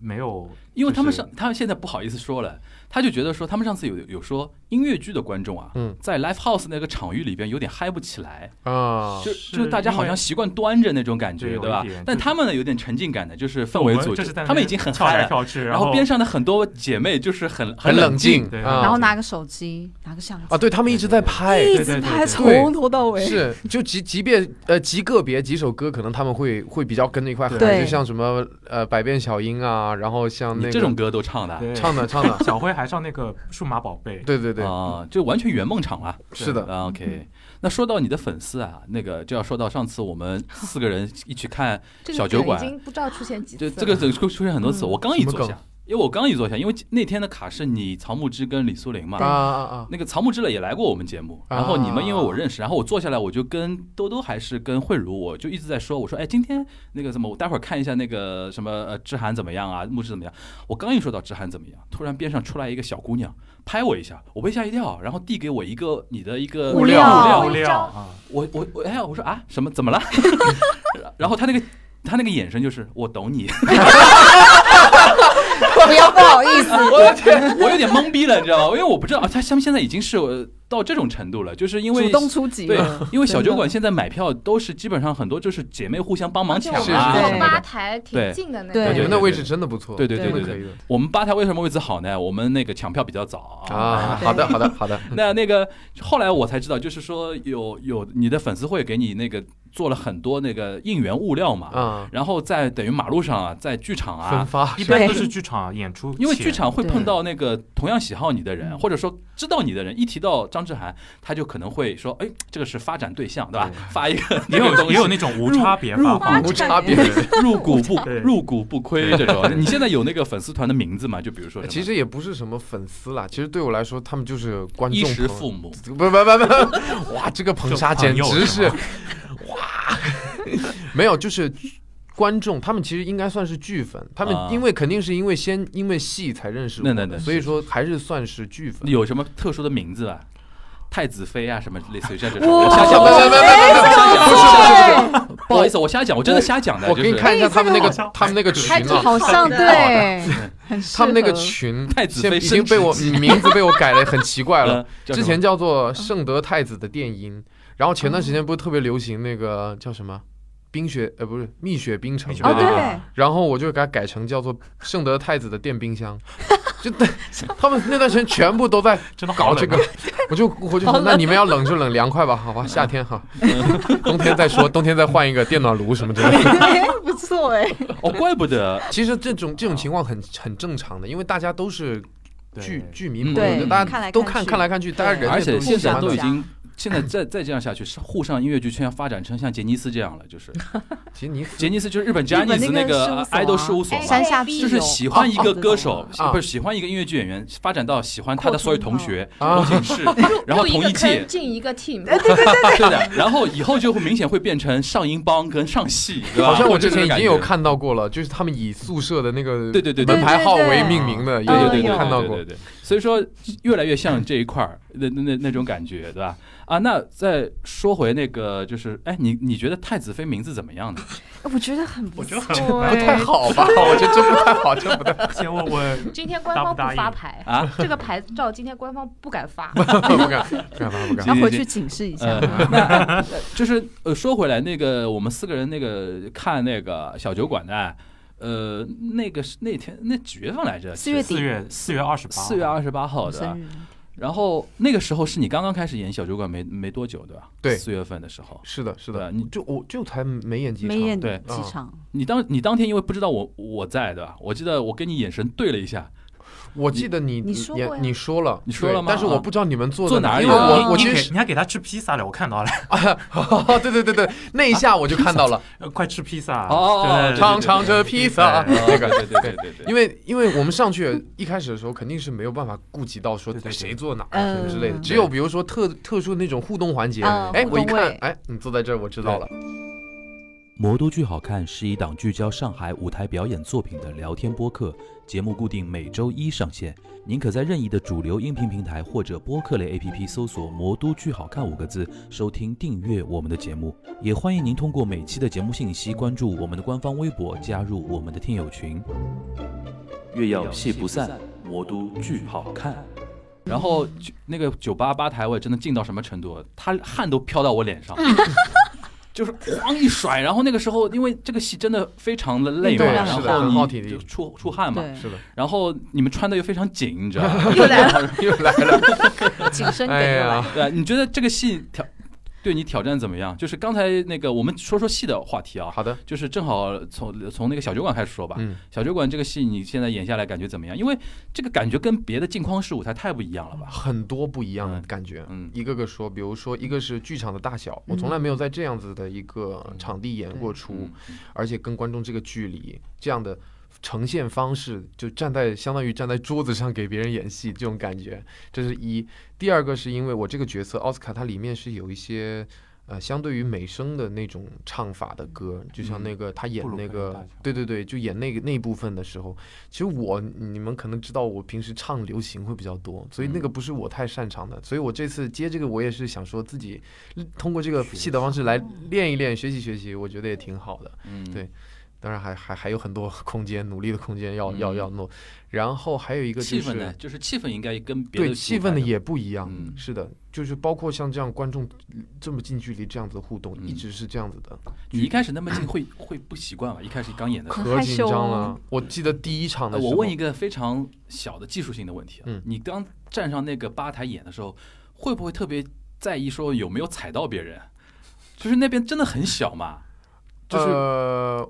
没有，因为他们就是上，他们现在不好意思说了，他就觉得说，他们上次有有说音乐剧的观众啊，嗯在 live house 那个场域里边有点嗨不起来，啊，就是就大家哦因好为像习惯端着那种感对觉，有对一吧点？但就他们呢有点沉浸感的，就是氛我围们组就织是在，那他们已边经很跳嗨来了，跳去，然后后边上的很多姐妹就是很很冷冷静，对啊然后拿个手机，拿个相机，啊，对他们一直在拍，一对直对对拍，对从头到尾。是，就极极别呃极个别几首歌，可能他们会会比较跟着一块对嗨，就像什么呃百变小樱啊，然后像那你个这种歌都唱的啊，对唱的唱的， 小辉还上那个数码宝贝，对对对，嗯啊，就完全圆梦场了。是的，啊，OK。那说到你的粉丝啊，那个就要说到上次我们四个人一起看，这个小酒梗馆已经不知道出现几次就 了。这个梗出出现很多次，嗯我刚一什么坐下梗，因为我刚一坐下，因为那天的卡是你曹木之跟李素玲嘛啊，啊啊，那个草木之类也来过我们节目，然后你们因啊为我认识，然后我坐下来我就跟兜兜还是跟慧茹，我就一直在说，我说哎，今天那个什么，我待会儿看一下那个什么呃，知涵怎么样啊，木之怎么样？我刚一说到知涵怎么样，突然边上出来一个小姑娘拍我一下，我被吓一跳，然后递给我一个你的一个物物料料物物料料啊，我我我哎呀，我说啊，什么怎么了？ 然后他那个他那个眼神就是我懂 你，不要不好意思，我有点我有点懵逼了，你知道吗？因为我不知道啊，他他们现在已经是呃到这种程度了，就是因为主动出击对了。，因为小酒馆现在买票都是基本上很多就是姐妹互相帮忙而且抢我啊是是什们离是么吧的。台对挺近的那对个，你对们的位置真的不错，对对对真的对可以的我们吧台为什么位置好呢？我们那个抢票比较早啊，好的好的好 的，那那个后来我才知道，就是说有有你的粉丝会给你那个做了很多那个应援物料嘛，啊，然后在等于马路上啊，在剧场分啊。发一是吧般对都是剧场演出前，因为剧场会对碰到那个同样喜好你的人，嗯或者说知道你的人，一提到张志涵，他就可能会说：“哎，这个是发展对象，对吧？”发一个也那个东西有也有那种无差别发 放无，差别。入股不对入股不亏这种。你现在有那个粉丝团的名字吗？就比如说什么其实也不是什么粉丝啦，其实对我来说，他们就是观衣众食朋友父母，不不不 不，哇，这个捧杀简直是，就 哇，没有，就是观众，他们其实应该算是剧粉，他们啊因为肯定是因为先因为戏才认识我那的，那那所以说还是算是剧粉。有什么特殊的名字吧？太子妃啊，什么类似于像这种。哇我瞎讲，不我不不不瞎讲，我瞎讲，不是不是不是，不好意思，我瞎讲，我真的瞎讲的。我就给你是看一下他们那哎个这个好像他们那个群还挺啊，好像对，很适合他们那个群太子现妃已经被我升职名字被我改的很奇怪了嗯，叫什之么前叫做圣德太子的电音，然后前段时间不是特别流行那个叫什么冰雪呃不是蜜雪冰城蜜雪哦，冰城对，然后我就给它改成叫做圣德太子的电冰箱， 就对，他们那段时间全部都在 真的好搞冷这 个啊，，我就我就说那你们要冷就冷凉快吧，好吧，夏天 哈，冬天再说，冬天再换一个电暖炉什么之类的。哎 不错哎，哦，怪不得其实这种这种情况很很正常的，因为大家都是对剧剧迷朋对友，就大看来家都看看去看来看去，大家对人而类且都现在喜欢都已的经，现在再再这样下去，是沪上音乐剧圈发展成像杰尼斯这样了，就是其实你杰尼斯就是日本本 Janice 那那个事务所个啊爱豆事务所哎嘛，山下必智就有是喜欢一个歌哦手哦，啊不是喜欢一个音乐剧演员，发展到喜欢他的所有同学、啊同寝室，然后入一同个届坑，进一个 team，对的，然后以后就会明显会变成上音帮跟上戏，对啊吧？好像我之这前种已感经觉有，看到过了，就是他们以宿舍的那个对对对对门牌号为命名的，对对也对对，有看到对过对。对，对所以说越来越像这一块儿那那那那种感觉，对吧？啊，那再说回那个，就是哎，你你觉得太子妃名字怎么样呢？我觉得很不我觉得不错太哎，好吧？我觉得这不太好，这不太好，先问问 今天官方不发牌答不答应， 这个牌照今天官方不 敢发。 不敢，不敢吧，不 敢。要回去警示一下。呃， 那就是呃，说回来，那个我们四个人那个看那个小酒馆的，呃，那个是那天那几月份来着？四月是底四月四月二十八，四月二十八号我的啊生。日然后那个时候是你刚刚开始演小酒馆没没多久对吧？对四月份的时候，是的，是对吧啊的，你就我就才没演几场，没演对几场，你当你当天因为不知道我我在对吧？我记得我跟你眼神对了一下，我记得你你说也过呀你说了，你说了对吗但是我不知道你们坐坐哪哪里因为啊哎我我你其给实你还给他吃披萨了，我看到了， 啊，对对对 对，那一下我就看到了，呃快吃披萨，哦哦哦对对对尝尝这披萨，对 那个。对对对对对 因为因为我们上去一开始的时候，肯定是没有办法顾及到说对对对谁坐哪儿嗯什么之类的，只有比如说特特殊那种互动环节，嗯哎，互我一动看位，哎，你坐在这儿，我知道了， 《魔都剧好看》是一档聚焦上海舞台表演作品的聊天播客，节目固定每周一上线。您可在任意的主流音频平台或者播客类 APP 搜索“魔都剧好看”五个字，收听订阅我们的节目。也欢迎您通过每期的节目信息关注我们的官方微博，加入我们的听友群。月要戏不散，魔都剧好看。然后就那个九八吧台，我也真的进到什么程度，他汗都飘到我脸上， 就是哐一甩。然后那个时候，因为这个戏真的非常的累嘛，对然是的很后耗你体力就出出汗嘛，对，是的， 然后你们穿的又非常紧，你知道吗？又来了，又来了，紧身哎给呀 我。，对，你觉得这个戏挑对你挑战怎么样？就是刚才那个我们说说戏的话题啊，好的，就是正好从从那个小酒馆开始说吧。嗯，小酒馆这个戏你现在演下来感觉怎么样？因为这个感觉跟别的镜框式舞台太不一样了吧？很多不一样的嗯感觉。嗯一个个说，比如说，一个是剧场的大小，我从来没有在这样子的一个场地演过出嗯，而且跟观众这个距离这样的。呈现方式就站在相当于站在桌子上给别人演戏这种感觉，这是一。第二个是因为我这个角色奥斯卡，它里面是有一些呃相对于美声的那种唱法的歌，就像那个他演嗯布鲁克那林大个桥对对对，就演那个那一部分的时候，其实我你们可能知道，我平时唱流行会比较多，所以那嗯个不是我太擅长的，所以我这次接这个，我也是想说自己通过这个戏的方式嗯来练一练，学习学习，我觉得也挺好的。嗯，对当然还还还有很多 空间，努力的空间要嗯要要弄。然后还有一个就气氛是呢，就是气氛应该跟别的对气氛的也不一样嗯，是的，就是包括像这样观众这么近距离这样子的互动，嗯一直是这样子的，你一开始那么近会会不习惯吧？一开始刚演的时候。可害紧羞张哦了。我记得第一场的呃时候，我问一个非常小的技术性的问题啊，嗯你刚站上那个吧台演的时候，会不会特别在意说有没有踩到别人？就是那边真的很小嘛，就是呃，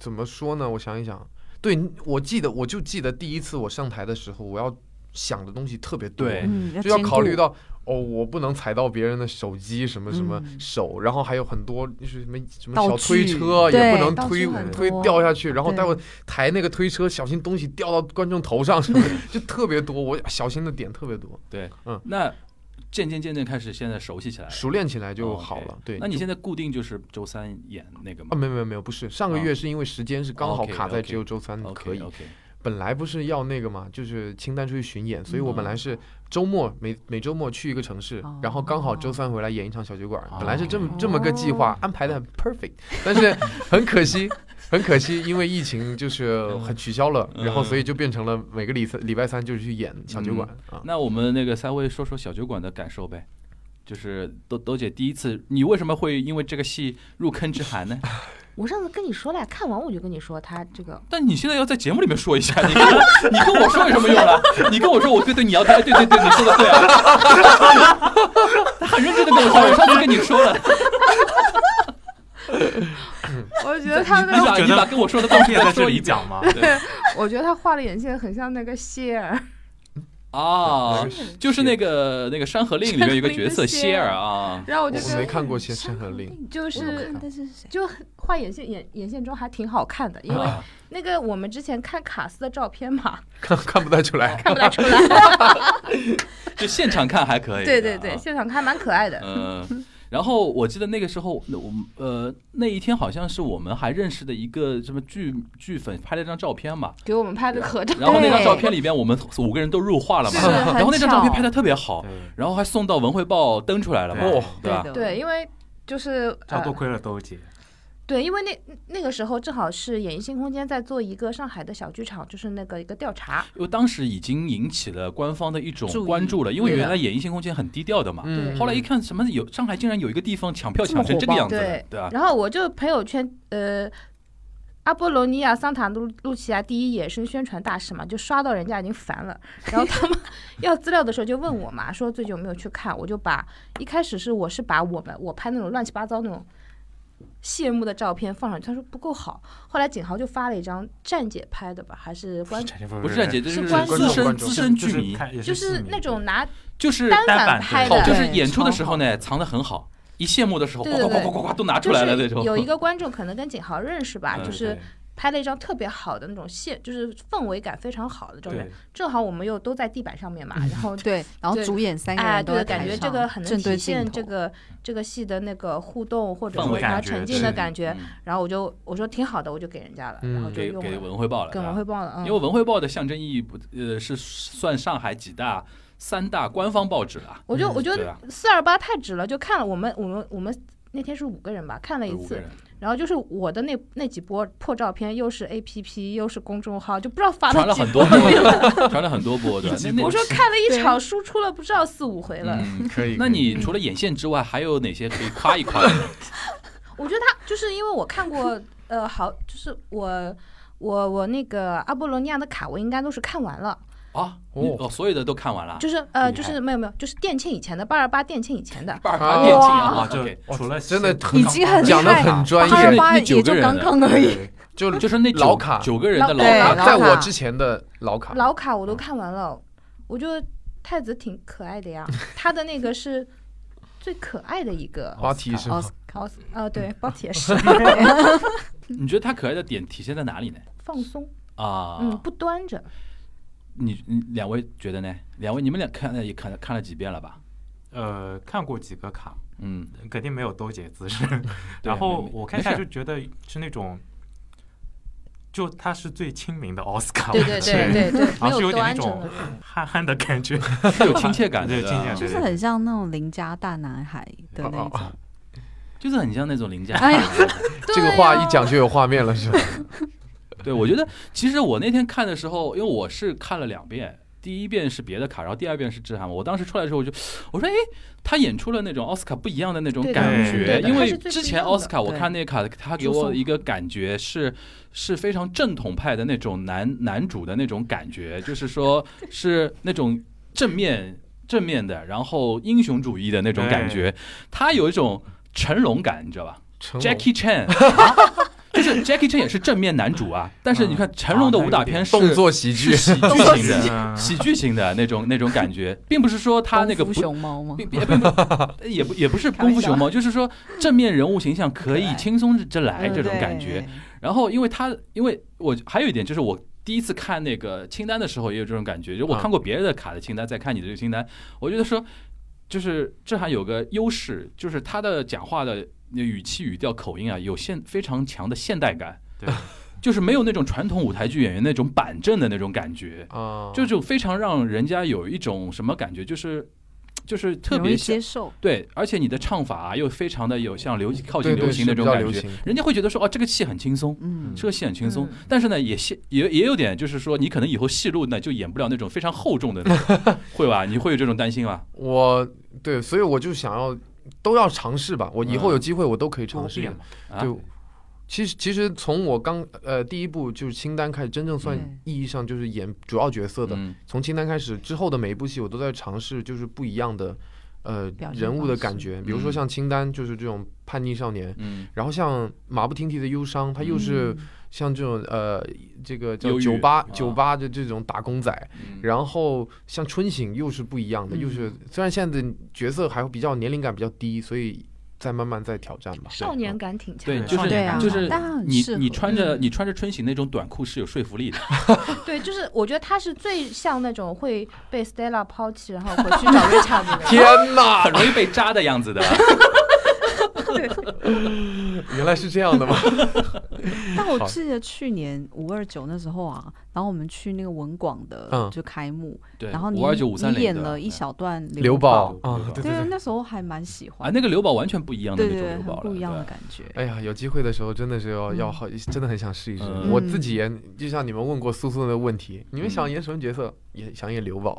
怎么说呢？我想一想，对我记得，我就记得第一次我上台的时候，我要想的东西特别多，对嗯，就要兼考顾虑到哦，我不能踩到别人的手机什么什么嗯手，然后还有很多就是什么什么道小推具车也对不能道推具很推多掉下去，然后对待会抬那个推车，小心东西掉到观众头上什么的，就特别多，我小心的点特别多，对，嗯那渐渐渐渐开始现在熟悉起来了。熟练起来就哦好，OK 了。对，那你就现在固定就是周三演那个啊，吗？没有没有没有，不是上个啊月是因为时间是刚好 OK，卡在 OK 只有周三 OK，嗯可以， OK，本来不是要那个嘛，就是清单出去巡演，所以我本来是周末每每周末去一个城市，哦然后刚好周三回来演一场小酒馆，哦本来是这么这么个计划，安排的很 perfect，但是很可惜。很可惜，因为疫情就是很取消了，嗯然后所以就变成了每个礼三礼拜三就是去演小酒馆、啊。那我们那个三位说说小酒馆的感受呗。就是豆豆姐第一次，你为什么会因为这个戏入坑之寒呢？ 我上次跟你说了，看完我就跟你说他这个但你现在要在节目里面说一下，你跟我 你跟我说有什么用啊？你跟我说我对对，你要对对对对，你说的对啊。 他很认真的跟我说，我上次跟你说了， 我觉得你他 那个，把你把跟我说的东西也在再这说里一 遍讲吗？我觉得他画的眼线很像那个谢尔，啊那个，是就是那个那个《山河令》里面有一个角色山河令谢的尔啊，然后我我就觉没得看过《仙山河令》，就我有是看但是是谁？就很画眼线眼眼线中还挺好看的，因为啊那个我们之前看卡斯的照 片嘛，看看不太出来。看不太出来。就现场看还可以。对对对，啊现场看蛮可爱的。嗯，然后我记得那个时候，那我们呃那一天好像是我们还认识的一个什么剧剧粉拍了张照片嘛，给我们拍个合照。啊然后那张照片里边我们五个人都入画了嘛，是很然后那张照片拍的特别好对，然后还送到文汇报登出来了嘛，对对吧？的对，，因为就是这样多呃，亏了 豆姐，对，因为那那个时候正好是演艺新空间在做一个上海的小剧场，就是那个一个调查，因为当时已经引起了官方的一种注意关注了，因为对的原来演艺新空间很低调的嘛，嗯，后来一看什么有上海竟然有一个地方抢票抢成这个样子对了，对吧？然后我就朋友圈呃。阿波罗尼亚、桑塔露露琪亚第一野生宣传大使嘛，就刷到人家已经烦 了。然后他们要资料的时候就问我嘛，说最近有没有去看？我就把一开始是我是把我们我拍那种乱七八糟那种谢幕的照片放上去，他说不够好。后来景豪就发了一张站姐拍的吧，还是关不不是战姐，这是是观资众深观众资深就剧是迷，看也就是是那种拿就是单反反拍对的，就是对演出的时超候呢，藏的很好，一谢幕的时候，呱对呱对呱对呱呱呱都拿出就来是了那种。 有一个观众可能跟景豪认识吧，嗯就是拍了一张特别好的那种现，就是氛围感非常好的照片对。正好我们又都在地板上面嘛，嗯然 后对，然后对主演三个哎，人都对，在感台觉上这个很能正对体镜现头这个这个戏的那个互动或者氛说围它感觉沉浸对的感觉 嗯。然后我就我说挺好的，我就给人家了，然后嗯就给用给了，文汇报了，给对吧文汇报了，因嗯为。文汇报的象征意义不呃是算上海几大三大官方报纸了。我就嗯我觉对得啊四二八太值了，就看了我们我们我们那天是五个人吧，看了一五个次 人，，然后就是我的那那几波破照片，又是 A P P，又是公众号，就不知道发传了几很波多。波， 传了很多 波，对吧？那那我说看了一对场，输出了不知道四五回了。嗯，可以。那可以你除了眼线之外，还有哪些可以夸一夸的？我觉得他就是因为我看 过，呃，好，就是我我我那个阿波罗尼亚的卡，我应该都是看完了，啊，哦你哦，所有的都看完了，就是厉呃，害啊就是没有没有，就是电庆以前的八二八电庆以前的，巴尔啊巴电竞啊，就对，除了真的现很已经很厉讲的害很啊了，专八业二，八那九也个就人刚刚而已。对就就是那九老卡九个人的老对卡，老在卡我之前的老卡，老卡我都看完了，我觉得太子挺可爱 的呀，他的那个是最可爱的一 个。花体是奥吗？斯卡奥斯啊，嗯对，包铁是你觉得他可爱的点体现在哪里呢？放松，啊，嗯，不端着，你你两位觉得呢？两位你们俩看了也看了看了几遍了吧？呃看过几个卡，嗯，肯定没有兜姐姿势。 对然后没我看没下事就觉得是那种，就他是最亲民的奥斯哦卡，对对对对对，好没像是有点那端着种的。憨憨的感 觉。有亲切感的， 对对亲吧切感就是很像那种邻家大男孩的那哦哦种，就是很像那种邻家。哎呀这个话一讲就有画面了，是吧？对，我觉得其实我那天看的时候，因为我是看了两遍，第一遍是别的卡，然后第二遍是致韩嘛。我当时出来的时候，我就我说，哎，他演出了那种奥斯卡不一样的那种对的感对的觉，对的因他为是最之不一前样的奥斯卡我对看那卡，他给我一个感觉是是非常正统派的那种男男主的那种感觉，就是说是那种正面正面的，然后英雄主义的那种感觉，他有一种成龙感，你知道吧？成龙 Jackie Chan，就是 Jackie Chan 也是正面男主啊，但是你看成龙的武打片是动作喜剧是，喜剧动作型喜剧啊的，嗯喜剧型的那种那种感觉，并不是说他那个功不夫。熊猫吗？并并并不也不也不是功夫熊猫，就是说正面人物形象可以对嗯轻松着来这种对感觉。，然后，因为他，因为我还有一点就是，我第一次看那个清单的时候也有这种感觉，就嗯我看过别人的卡的清单，再看你的这个清单，我觉得说，就是这还有个优势，就是他的讲话的语气、语调、口音啊，有现非常强的现代感，对，就是没有那种传统舞台剧演员那种板正的那种感觉，啊，就就非常让人家有一种什么感觉，就是就是特容易别像接受，对，而且你的唱法、啊、又非常的有像流靠近对对流行是那比种较感流觉行，人家会觉得说哦，这个戏很轻松。嗯，这个戏很轻松，嗯但是呢，也戏也也有点，就是说，你可能以后戏路呢就演不了那种非常厚重的那种，会吧？你会有这种担心吧？我对，所以我就想要都要尝试吧，我以嗯后有机会我都可以尝多试变。嘛，啊，对，其实其实从我刚呃第一部就是清单开始，真正算嗯意义上就是演主要角色的，嗯从清单开始之后的每一部戏，我都在尝试就是不一样的呃表现人物的方感式觉，比如说像清单就是这种叛逆少年，嗯，然后像马不停蹄的忧伤，他又是嗯像这种呃这个叫忧郁酒吧啊酒吧的这种打工仔，嗯然后像春醒又是不一样的，又是虽然现在的角色还比较年龄感比较低，所以再慢慢再挑战吧。少年感挺强对，的，就少是嗯年对啊，就是但很你适合你穿着你穿着春行那种短裤是有说服力的，对，就是我觉得他是最像那种会被 Stella 抛弃，然后回 去找 Richard 的人。天哪很， 容易被扎的样子 的。 原来是这样的吗？嗯但我好记得去年五二九那时候啊，然后我们去那个文广的嗯就开幕，对，然后你五二九五三你零演了一小段刘宝，宝啊，对对啊，那时候还蛮喜啊，欢，那个刘宝完全不一样的对那种对，刘很宝了，不一样的对感觉。哎呀，有机会的时候真的是要要好，真的很想试一试。嗯我自己也就像你们问过苏苏的问题，你们想演什么角色？也想演刘 宝。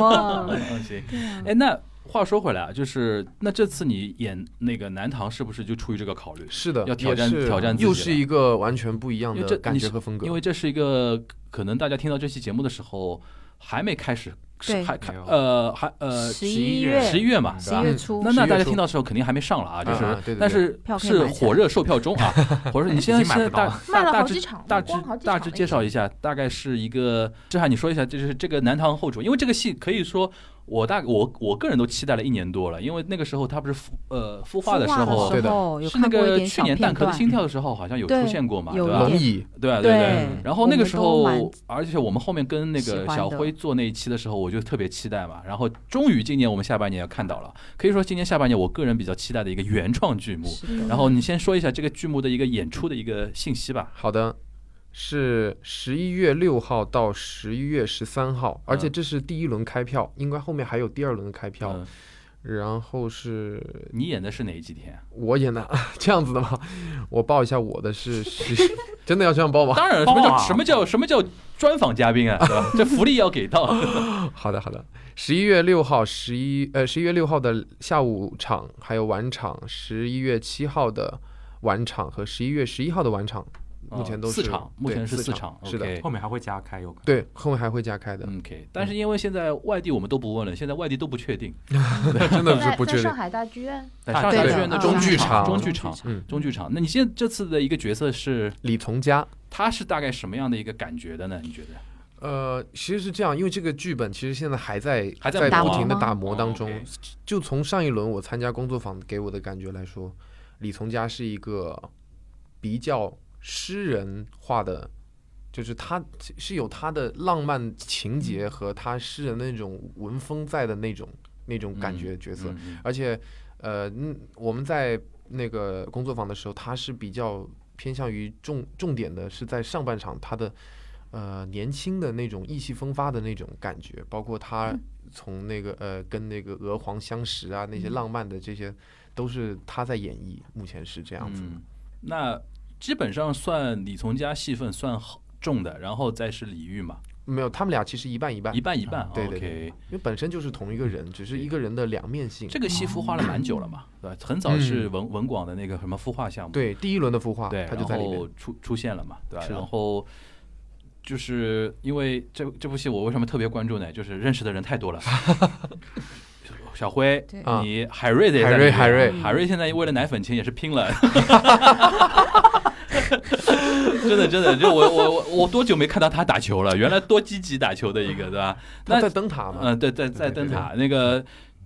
哇，嗯行，对啊，哎，那话说回来啊，就是那这次你演那个南唐是不是就出于这个考虑？是的，要挑战也是挑战自己了又是一个完全不一样因为这的感觉和风格。因为这是一个可能大家听到这期节目的时候还没开始，是对还开没有呃还呃十11一月十一月嘛，十对吧一？月嗯初那11那月大家初听到的时候肯定还没上了啊，就啊啊是对对对但是票可以是买起来火热售票中 啊，火热。你现在已经买现在不大到了卖大了大好致几场，大致光好几场大致介绍一下，大概是一个志涵，你说一下，就是这个南唐后主，因为这个戏可以说我大我我个人都期待了一年多了，因为那个时候他不是孵呃孵化的时孵候化对的时的候有是那看过一个点去小年蛋片壳的段，心跳的时候好像有对出现过嘛，有吧一？龙点椅对啊，对对。然后那个时嗯我候们都蛮，而且我们后面跟那个喜欢的小辉做那一期的时候，我就特别期待嘛。然后终于今年我们下半年要看到了，可以说今年下半年我个人比较期待的一个原创剧目。是的然后你先说一下这个剧目的一个演出的一个信息吧。好的，是十一月六号到十一月十三号，而且这是第一轮开票，应该后面还有第二轮的开票。嗯嗯然后是你演的是哪几天？我演的 这样子的吗？我报一下我的 是是，真的要这样报吗？当然，什么叫、哇什么叫什么叫专访嘉 宾啊，对吧？这福利要给到。嗯好的好的，十一月六号、十一呃十一月六号的下午场，还有晚场，十一月七号的晚场和十一月十一号的晚场，目前都哦是四场，目对前是四场，是的， OK 后面还会加开有可能。对，后面还会加开的，嗯 OK，但是因为现在外地我们都不问了，现在外地都不确定。 真的是在不在确定上。海大剧院，在啊上对海的剧院的中剧场中剧场，嗯，中剧场。那你现在这次的一个角色是，李从嘉，他是大概什么样的一个感觉的呢？你觉得？呃，其实是这样，因为这个剧本其实现在还在还在在打不磨停的吗打磨当中。哦，OK 就从上一轮我参加工作坊给我的感觉来说，李从嘉是一个比较诗人化的，就是他是有他的浪漫情节和他诗人的那种文风在的那种那种感觉角色。嗯嗯而且，呃，嗯，我们在那个工作坊的时候，他是比较偏向于重重点的是在上半场他的呃年轻的那种意气风发的那种感觉，包括他从那个呃跟那个娥皇相识啊那些浪漫的这些，都是他在演绎，目前是这样子的。嗯那基本上算李从嘉戏份算好重的，然后再是李煜嘛，没有，他们俩其实一半一半，一半一半。对对 OK，因为本身就是同一个人，只是一个人的两面性。这个戏孵化了蛮久了嘛，对吧？很早是文文广的那个什么孵化项目，对第一轮的孵化，对，啊他就在里面然后。出出现了嘛，对吧？是的然后就是因为这这部戏，我为什么特别关注呢？就是认识的人太多了。 小辉对，你海瑞的也在海瑞里面啊啊海瑞海瑞现在为了奶粉钱也是拼了。 真的，真的，就我我我我多久没看到他打球了？原来多积极打球的一个，对吧？他那在灯塔嘛，嗯，对，在在对对灯塔那个，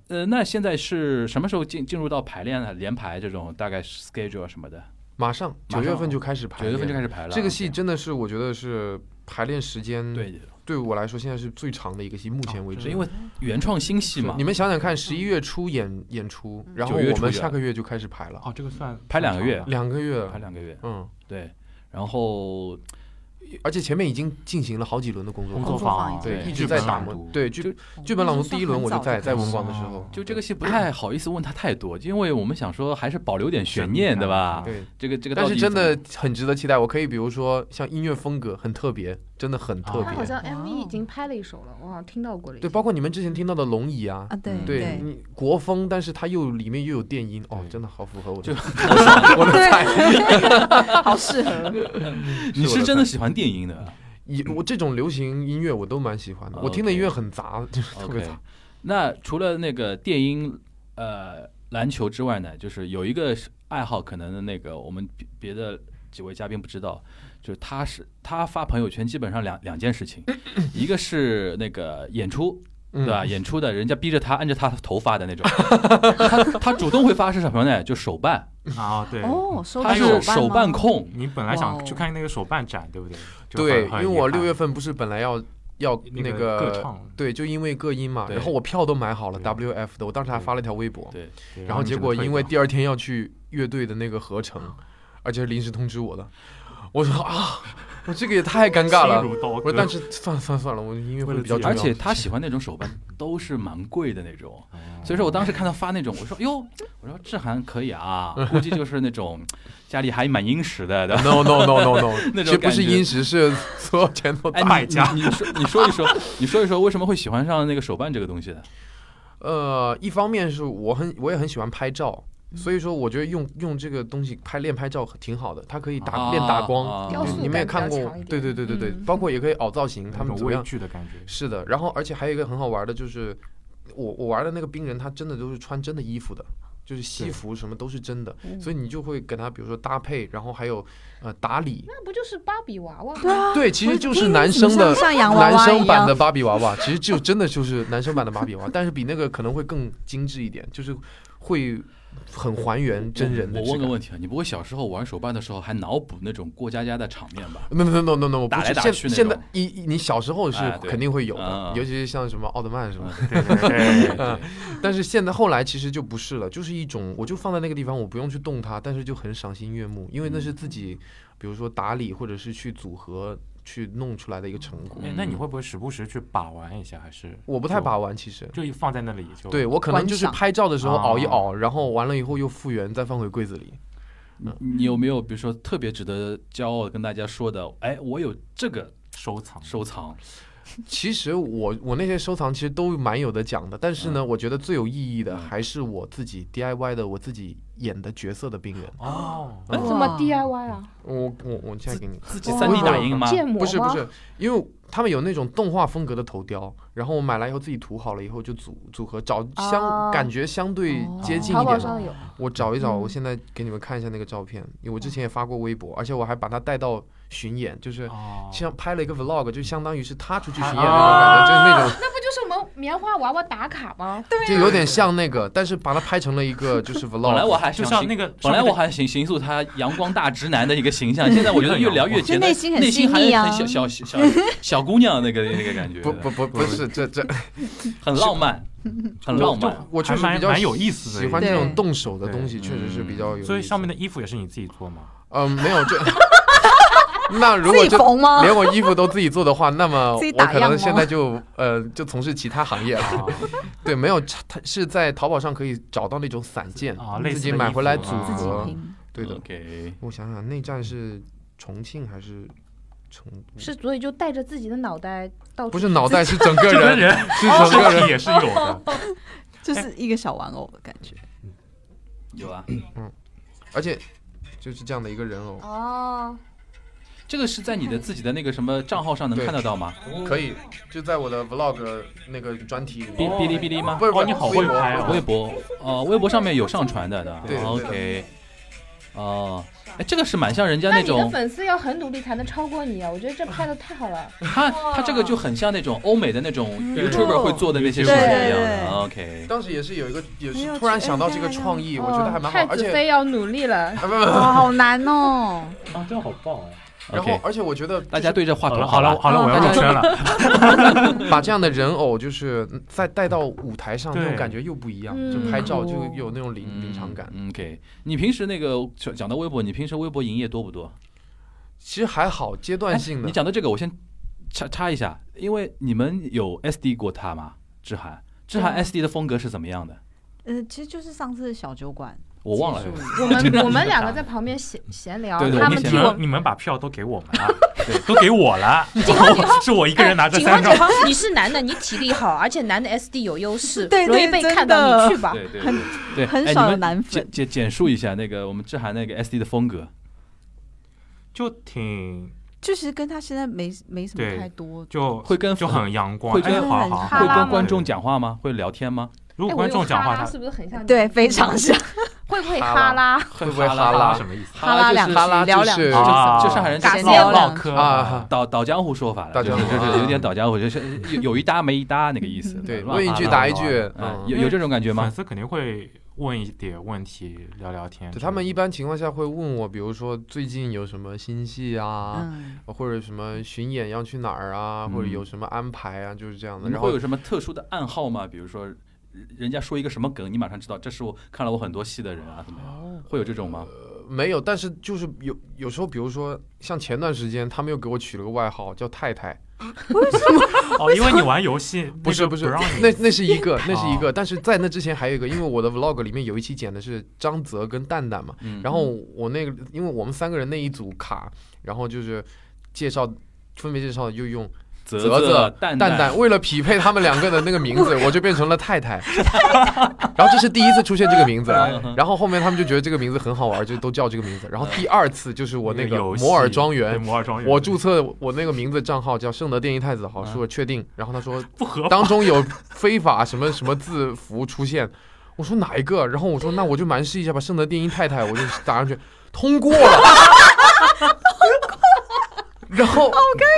呃，那现在是什么时候进进入到排练呢？联排这种大概 schedule 什么的，马上马上九月份就开始排九练，月份就开始排了。啊这个戏真的是我觉得是排练时间对，哦对我来说现在是最长的一个戏，目前为是止。因为原创新戏嘛嗯你，们想想看，十一月初演演出，然后九月我初们演下个月就开始排了，哦，这个算拍两个月算长两的个月排。两个月，嗯，对，然后而且前面已经进行了好几轮的工作工坊，啊作坊对，一直剧在本打朗磨读。对，剧剧本朗读第一轮我就在在文广的时候哦，就这个戏嗯不太好意思问他太多，因为我们想说还是保留点悬念，悬念对吧嗯？对，这啊个这个，但是真的，很值得期待。我可以比如说像音乐风格很特别，真的很特哦他啊好别。像哇哦 MV 啊已经拍了一首了，我好像听到过了一首。对，包括你们之前听到的龙椅啊，啊，对嗯对，你国风，但是它又里面又有电音，哦，对真的好符合我的就 我的菜。 好适合。你我是的真菜的喜欢电音的以我这种流行音乐我都蛮喜欢的，啊我听的 OK 音乐很杂， 就是特别？OK，杂。那除了那个电音，呃，篮球之外呢，就是有一个是爱好，可能那个我们别别的几位嘉宾不知道，就是他是他发朋友圈基本上两两件事情，一个是那个演出，嗯对吧？演出的人家逼着他按着他头发的那种，他他主动会发是什么呢？就手办，啊，对。哦，手他办是手手办办吗，控，你本来哇哦想去看那个手办展，对不对？就很对，很因为我遗憾六月份不是本来要要那那个个唱，对，就因为各音嘛，对然后我票都买好了对 WF 的，我当时还对发了一条微博，对，对然后你结只能果退因为掉第二天要去乐队的那个合成，而且是临时通知我的，我说啊， 我这个也太尴尬心了。如刀我割说，但是 算了算了算了，我音乐会比较重要。而且他喜欢那种手办都是蛮贵的那种。哦所以说我当时看他发那种，我说哟，我说志涵可以 啊，估计就是那种家里还蛮殷实的，对吧？ no no no no no， 那种其实不是感觉殷实，是所有钱都哎，打。你你你说你说一说，你说一说为什么会喜欢上那个手办这个东西的？呃，一方面是我很我也很喜欢拍照，所以说我觉得用用这个东西拍练拍照挺好的，它可以打、啊练打光。啊雕对塑你们也感看比较过强一，点对对对对对，嗯包括也可以熬造型，他他们们怎么微样？剧的感 觉，是的，然后而且还有一个很好玩的就是，我我玩的那个冰人，他真的都是穿真的衣服的，就是西对服什么都是真的，嗯所以你就会给他比如说搭配，然后还有呃打理，那不就是芭比娃娃吗？啊对，其实就听是你男怎么生的像像洋娃男娃生一版样的芭比娃 娃，其实就真的就是男生版的芭比娃娃，但是比那个可能会更精致一点，就是会很还原真人的我质问感。个问题啊，你不会小时候玩手办的时候还脑补那种过家家的场面吧？ no no no no no，我不打来是打现去那现在种一一你小时候是哎对肯定会有的嗯，嗯尤其是像什么奥特曼什么的，对对对对嗯对 但是现在后来其实就不是了，就是一种我就放在那个地方，我不用去动它，但是就很赏心悦目，因为那是自己，比如说打理或者是去组合去弄出来的一个成果。哎那你会不会时不时去把玩一下？还是我不太就把玩，其实。就一放在那里就对我可能观就是赏拍照的时候熬一哦熬，然后完了以后又复原，再放回柜子里。你有没有比如说特别值得骄傲地跟大家说的？哎，我有这个收藏收藏，其实我我那些收藏其实都蛮有的讲的，但是呢，我觉得最有意义的还是我自己 DIY 的，我自己演的角色的病人。哦，哎怎么 DIY 啊？我我我现在给你，自己哇哦三 D 打印吗？建模吗？不是不是，因为他们有那种动画风格的头雕，然后我买来以后自己涂好了以后就组组合，找相哦感觉相对接近淘一宝点上的。啊有，我找一找，嗯我现在给你们看一下那个照片，因为我之前也发过微博，而且我还把它带到巡演，就是哦像拍了一个 vlog，就相当于是他出去巡演的啊那种感觉，就是那种。那不就是我们棉花娃娃打卡吗？啊就有点像那个，但是把它拍成了一 个就是 vlog。本来我还就想像形那个本来上面我还形形塑他阳光大直男的一个形象，现在我 觉得越聊越觉得就内心很内心还细腻啊很小小小小小姑娘那个那个感觉，不不不不是这 这，很浪漫，很就浪就漫。我确还实蛮比较蛮有意思的喜欢一这个种对动手的对东西，确实是比较有意的思。所以上面的衣服也是你自己 做吗？嗯没有 这，那如自果己就缝吗？连我衣服都自己做的话，那么自己我打可样能现吗在就呃就从事其他行业了。啊对，没有，它是在淘宝上可以找到那种散件啊，类自似己的买衣回来服组啊自己合。拼，对的， ，OK，我想想，内战是重庆还是成都？是，所以就带着自己的脑袋到处不是脑袋是整个这个人，人 是整个人身体也是 有的，就是一个小玩偶的感觉。有啊，而且就是这样的一个人偶，哦，这个是在你的自己的那个什么账号上能对看得到吗？哦可以，就在我的 vlog 那个专题里哔面。哔哩哔哩吗不？是不哦，是，你好微会博拍微啊！博，呃，微博上面有上传的的对对，OK，哦，哎，这个是蛮像人家那那你的种，粉丝要很努力才能超过你啊！我觉得这拍的太好 了。他哦他这个就很像那种欧美的那种 YouTuber 会做的那些视频对一样哦的对对 ，OK，当时也是有一个，也哎是呦突然想到这个创意，我觉得还蛮好哦，而嗯太子且妃要努 力了。啊不不， 哇，好难哦！啊，这个好棒哎！然 OK 后而且我觉得 大家对这话好筒了好了好了，我要入圈了。把这样的人偶就是再带到舞台上，对那种感觉又不一样，嗯就拍照嗯就有那种临临场感。嗯 OK，你平时那个讲讲到微博，你平时微博营业多不多？哎其实还好，阶段性你的。讲到这个，我先插插一下，因为你们有 SD 过他吗？志涵，志涵 SD 的风格是怎么样的？呃，其实就是上次的小酒馆，我忘了。结束我们我们两个在旁边闲闲聊，对对他我们们闲你替聊我们你们把票都给我们了，都给我了， 是我一哎个人拿着警三方，张警。方，你是男的，你体力好，而且男的 SD 有优势，对容易对被真看到，的你去吧。对对对对，啊很哎少你有们男简粉。简简述一下那个我们志涵那个 SD 的风格，就挺就其实跟他现在没没什么对太多，就会跟就很阳光，会哎跟好好哈会拉跟吗观众，讲话吗？会聊天吗？如哎果观我有众讲话，哈拉他是不是很像你？对，非常像。会不会哈哈拉？会不会哈哈拉拉什？么意思？ 哈拉两句哈拉聊就两是句啊就上海人尬唠聊唠两句嗑啊，倒倒江湖说法了，倒就是江湖就啊是有点倒江湖，就是有有一搭没一搭那个意思。对，乱问一哈句拉答一哈句拉嗯，嗯，有有这种感觉粉吗？丝肯定会问一点问题，聊聊天。对他们一般情况下会问我，比如说最近有什么新戏啊，嗯，或者什么巡演要去哪儿啊，或者嗯有什么安排啊，就是这样的。你们然会后有什么特殊的暗号吗？比如说，人家说一个什么梗，你马上知道这是我看了我很多戏的人啊，怎么样？哦会有这种吗？呃没有，但是就是有有时候，比如说像前段时间，他们又给我取了个外号叫太太，哦，因为你玩游戏不是不是，让你那那是一个，那是一个，但是在那之前还有一个，因为我的 vlog 里面有一期剪的是张泽跟蛋蛋嘛，嗯，然后我那个因为我们三个人那一组卡，然后就是介绍分别介绍就用泽泽泽泽、蛋蛋蛋，为了匹配他们两个的那个名字，我就变成了太太。然后这是第一次出现这个名字，嗯然后后面他们就觉得这个名字很好玩，就都叫这个名字。然后第二次就是我那个游戏摩尔庄园对，摩尔庄园，嗯我注册我那个名字账号叫圣德电一太子好，是我确定。然后他说不哦合法当中有非法什么什么字符出现， 我说哪一个？然后我说那我就蛮试一下吧，圣德电音太太，我就打上去，通过了。 然后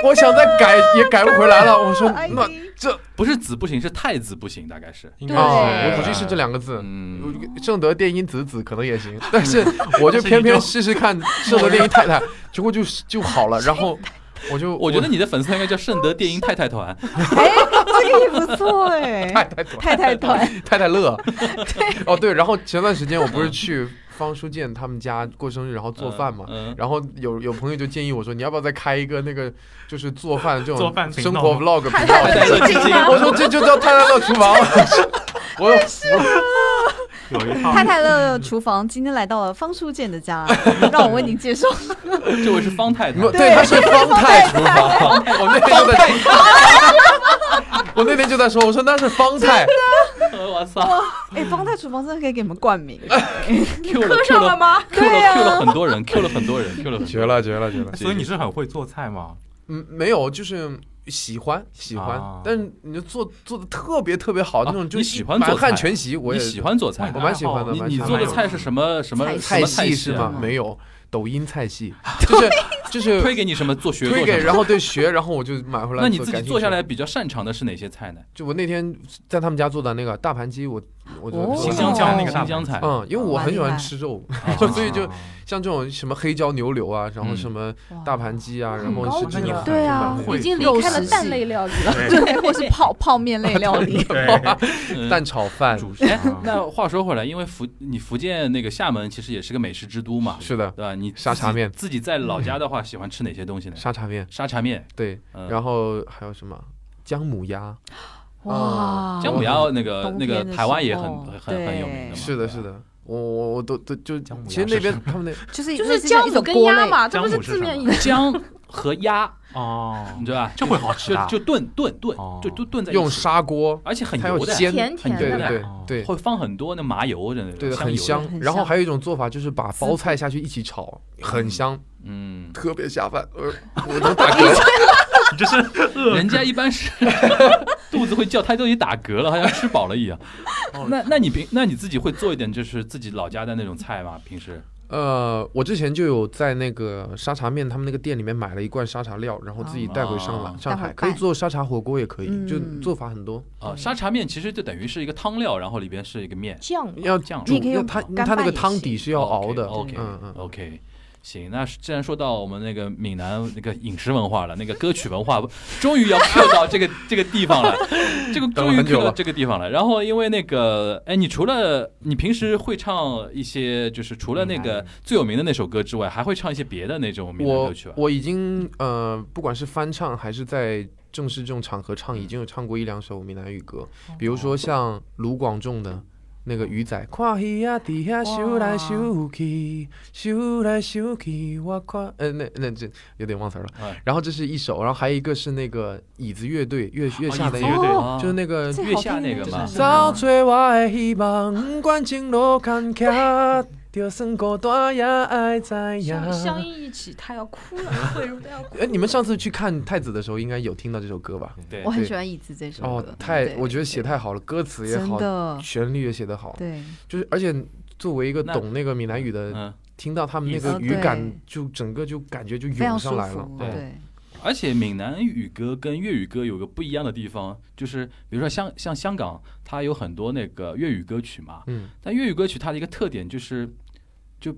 我想再改也改不回来了，我说哎那这不是子不行，是太子不行，大概是。应对该是啊，我估计是这两个字。嗯，我圣德电音子子可能也 行，但是我就偏偏试试看圣德电音太太，结果就就好了。然后我就我觉得你的粉丝应该叫圣德电音太太团，哎，这个也不错哎， 太太太太团，太太乐，哦对，然后前段时间我不是去方书建他们家过生日，然后做饭嘛。嗯，然后有有朋友就建议我说，你要不要再开一个那个就是做饭这做种饭频生道活 vlog 频道？太太乐基金，我 说这就叫太太乐厨房。我说有一套太太乐厨房今天来到了方书建 的家，让我为您介绍。这位是方太太没，有对，他是方太厨房。我那天就在，我那天就在说，我说那是方太，我操 哎，方太厨房真的可以给你们冠名， ，Q 了 Q 了吗？啊 Q 了 Q 了很多人，Q 了很多人，Q 了很多人绝了绝了绝了。所以你是很会做菜吗？嗯，没有，就是喜欢喜欢，啊但是你就做做的特别特别好、啊那种，就你是喜欢满做汉菜全席，我你也喜欢做菜我，蛮喜欢的。哦你蛮你喜欢做的的菜是什么什么菜系什么系是系啊吗？没有，抖音菜 系，就是就是推给你什么做学做推什给，么然后对学，然后我就买回来。那你自己做下来，比较擅长的是哪些菜呢？就我那天在他们家做的那个大盘鸡，我我觉得哦很新喜欢疆吃腔那个大新疆菜，嗯，因为我哇很喜厉欢害吃肉，啊 所以 就啊像这种什么黑椒牛柳啊，然后嗯什么 大盘鸡啊，然很后高是级这了种对啊蛮会已经做离开了肉食蛋系类料理了。对，或是泡泡面类料 理。对，嗯蛋炒饭，主食哎 啊，那话说回来，因为福你福建那个厦门其实也是个美食之都嘛，是的，对吧？你自己沙茶面自己在老家的话，喜欢吃哪些东西呢？沙茶面，沙茶面，对，嗯，然后还有什么姜母鸭，哦啊哇，姜母鸭那个冬那天个的时台湾也候哦很很很很有名的嘛，是的，是的，我我我都都就姜母鸭其实那边他们那就是就是这样姜一母种跟锅鸭类，嘛，这不姜是母是字什面么意思。姜和鸭，哦你，知道吧？ 这会好吃就的啊，就炖炖炖哦，就就炖在一起用，砂锅，而且很它要油的，煎，甜很甜对的对哦对对会放很多那麻油，真的对的，香很油的香很。然后香还有一种做法就是把包菜下去一起炒，很香，嗯，特别下饭。呃，我能打 嗝，你这是 人家一般是肚子会叫，他都已经打嗝了，好像吃饱了一样。哦那那你平那你自己会做一点就是自己老家的那种菜吗？平时呃，我之前就有在那个沙茶面他们那个店里面买了一罐沙茶料，然后自己带回上哦来，上待会海儿可以拌做沙茶火锅也可以，就嗯做法很多。啊，沙茶面其实就等于是一个汤料，然后里边是一个面酱要酱哦煮你可以要用它干它那个拌也汤行底是要熬的。 OK 嗯嗯， OK，行，那既然说到我们那个闽南那个饮食文化了，那个歌曲文化，终于要 Q 到这个这个 地方了，这个等了终于很久 Q 到了这个地方了。然后因为那个，哎，你除了你平时会唱一些，就是除了那个最有名的那首歌之外，还会唱一些别的那种闽南我歌曲吧？我已经呃，不管是翻唱还是在正式这种场合唱，已经有唱过一两首闽南语歌，哦比如说像卢广仲的。那个鱼仔，看鱼呀，底下游来游去，游来游去，我看，呃，那那这有点忘词儿了哎。然后这是一首，然后还有一个是那个椅子乐队，月月哦下的椅一子个，乐队哦就是那个这月好下听那的个这嘛是找找我的希望，不管前路坎 坷，就算孤单也爱知相相影。依一起，他要哭了， 慧茹都要哭了。哎，你们上次去看太子的时候，应该有听到这首歌吧？对我，很对喜欢椅子这首哦歌，，太对，我觉得写太好了，歌词也真好，的旋律也写得好， 对，就是而且作为一个那懂那个闽南语的，嗯，听到他们那意个思语感哦对，就整个就感觉就非常涌舒上来了服，。对对，而且闽南语歌跟粤语歌有个不一样的地方，就是比如说像像香港，它有很多那个粤语歌曲嘛，嗯，但粤语歌曲它的一个特点就是，就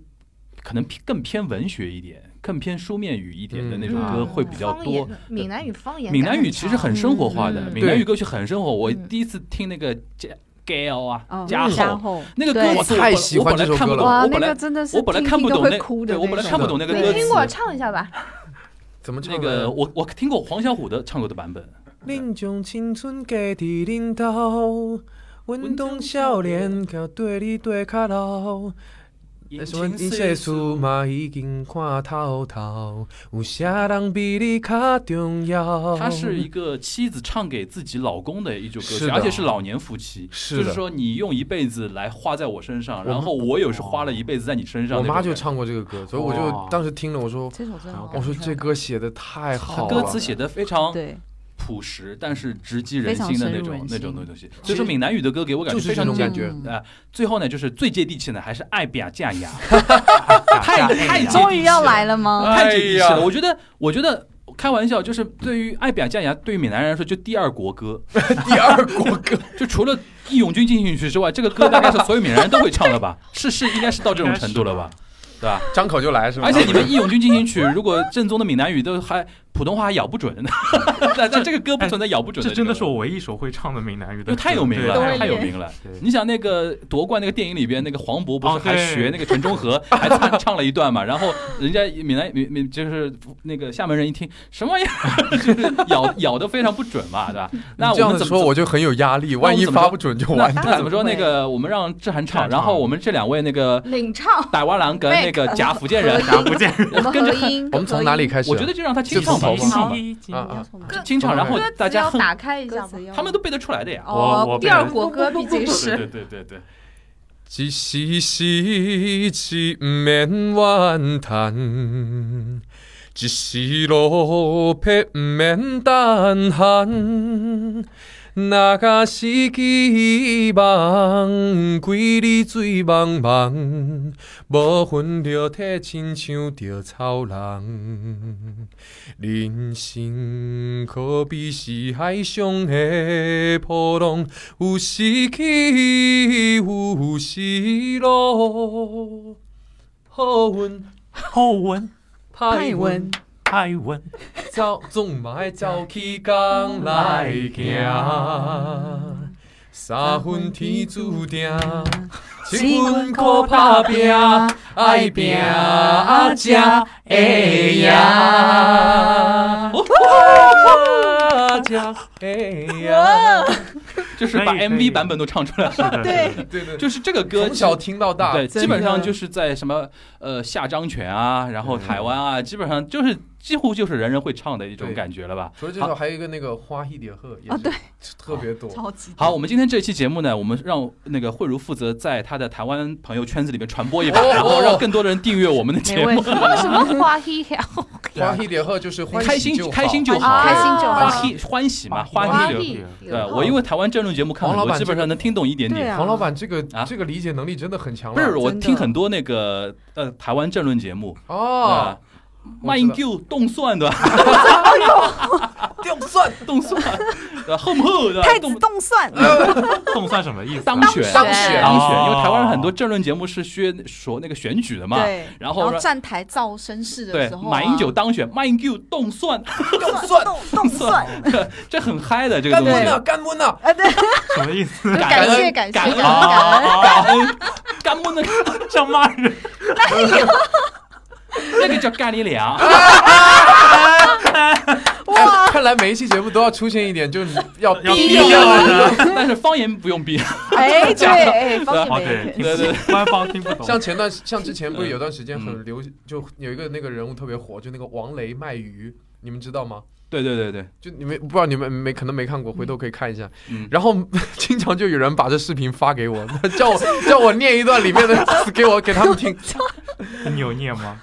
可能偏更偏文学一点，更偏书面语一点的那种歌嗯会比较方多言。闽南语方言，闽南语其实很生活化的，嗯闽南对语歌曲很生活。我嗯第一次听那个加 Gail 啊哦，，加加厚厚那个歌对，我我太喜欢这首歌了我哇，本那来个真的是我本来听看不听都懂会那，哭对的我本来种看不懂那个对歌没词听。过，唱一下吧。怎么唱那来个着？我我听过黄小琥的唱过的版哎本，恁将青春嫁伫恁兜，阮当少年，到对你对较老。什么一切事嘛已经看透透，有啥人比你较重要？它是一个妻子唱给自己老公的一首歌是曲，的而且是老年夫妻，是就的是说你用一辈子来花在我身上，我妈然后我有是花了一辈子在你身上。我妈那种就感觉唱过这个歌，所以我哇就当时听了，我说这首真的好，我说这歌写的太他好了，歌词写的非常对， 朴实，但是直击人心的那非常深入种人那心种东西。所以说闽南语的歌给我感就觉是非这种常感觉。嗯呃，最后呢就是最接地气呢，还是爱比亚架牙，太太接终于要来了吗？太接地气哎了。呀我觉得，我觉得。开玩笑，就是对于爱比亚架牙，对于闽南人来说，就第二国 歌。第二国歌，就除了《义勇军进行曲》之外，这个歌大概是所有闽南人都会唱的吧？是是，应该是到这种啊程度了吧？对吧？张口就来是吧？而且你们《义勇军进行曲》如果正宗的闽南语都还普通话还咬不准， 但但这个歌不存在咬不准哎这个真的是我唯一一首会唱的闽南语的就歌，太有名了，对太有名了对。你想那个夺冠那个电影里边，那个黄渤不是哦还对学那个陈忠和，还唱唱了一段嘛？然后人家闽南闽闽就是那个厦门人一听什么玩意儿， 就是咬咬的非常不准嘛，对吧？那这我样们子怎么说我就很有压力，我们万一怎么发说不准就那完蛋。那怎么说？那个我们让志涵志唱，涵然后唱我们这两位那个领唱，傣湾郎跟那个假福建 人，打不见人。我们跟着合音，我们从哪里 开始啊？我觉得就让他清自从唱吧，头清唱吧，啊啊，清唱，然后歌词大家要哼，打开一下吧。他们都背得出来的呀。我我哦第本二人国歌毕竟对是对对对对，一时是一免怨叹，一时落魄毋免等闲。若甲失去梦，规日醉茫茫，无魂着体，亲像着草人。人生可比是海上的波浪，有时起，有时落。好运后文歹文运，泰文，走总嘛爱走起工来行。三分天注定，七分靠打拼，爱拼才会赢。才会赢。就是把可以可以 MV 版本都唱出来了。是 的，对是的，对对， 就是这个歌从小听到大，对，真基本上的就是在什么呃下张泉啊，然后对台湾啊，基本上就是几乎就是人人会唱的一种对感觉了吧。除了这首，还有一个那个花一点鹤也啊是对特别多。超级好，我们今天这期节目呢，我们让那个慧茹负责在她的台湾朋友圈子里面传播一把，哦然后让更多的人订阅我们的节没问目。题。什么花黑呀，花一点鹤就是欢喜 开心就好开心就好，啊对开心就欢好喜欢喜嘛，花欢喜喜流。流对我因为台湾政论节目看很王老多，板基本上能听懂一点对点。啊，黄老板这个啊这个理解能力真的很强不是，了。我真的听很多那个呃台湾政论节目哦，，马英九动算对吧？ 动算动算，对吧？恨不恨对吧？太子动动算，动算什么意思啊？当选当选当哦选，因为台湾人很多政论节目是学说那个选举的嘛，对，然然后后。站台造声势的对时，候、啊，马英九当选，马英九动算，动算动算， 这很嗨的这个干东西温。呐，干温呐，哎对，什么意思？ 就感感谢恩感谢感感恩恩啊感恩，感恩，干不能像骂人，那个叫干你俩，哎看来每一期节目都要出现一点，就是要要逼低掉调的。 但是方言不用逼。 哎对，哎呃方哦，便对，美听对对不懂，官方听不 懂。像前段，像之前不是有段时间嗯很流，就有一个那个人物特别火，就那个王雷卖鱼，你们知道吗？对对对对，就你们不知道你们没可能没看过，回头可以看一下。嗯然后 经常就有人把这视频发给我，叫我叫我念一段里面的词给我给他们听。你有念 吗？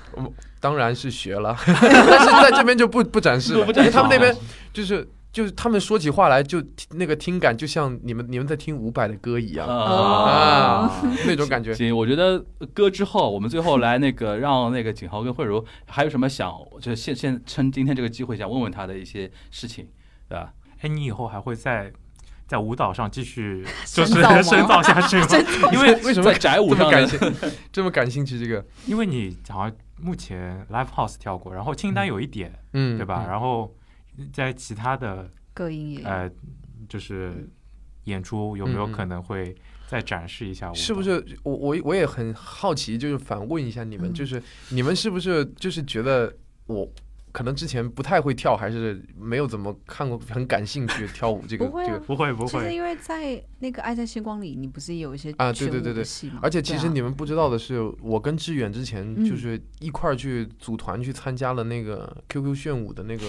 当然是学了， 但是在这边就不不展示了，不展因示为他们那边就是就是他们说起话来就那个听感就像你们你们在听伍佰的歌一呃样哦啊，那种感觉。行，我觉得歌之后，我们最后来那个让那个景豪跟慧茹还有什么想，就现现趁今天这个机会想问问他的一些事情，对吧？哎，你以后还会在在舞蹈上继 续就是深造 吗深造下 去吗？因为为什么在宅舞这么上感 的，兴这么感兴趣这个？因为你好像目前 live house 跳过，然后清单有一点，嗯，对吧？然后在其他的各音也有呃，就是演出有没有可能会再展示一下舞蹈？嗯是不是我我我也很好奇，就是反问一下你们，嗯就是你们是不是就是觉得我可能之前不太会跳，还是没有怎么看过，很感兴趣跳舞这个不会啊这个？不会不其实会，因为在那个《爱在星光里》，你不是也有一些啊对对对对戏嘛？而且其对啊嗯实你们不知道的是，我跟志远之前就是一块儿去组团去参加了那个 QQ 炫舞的那个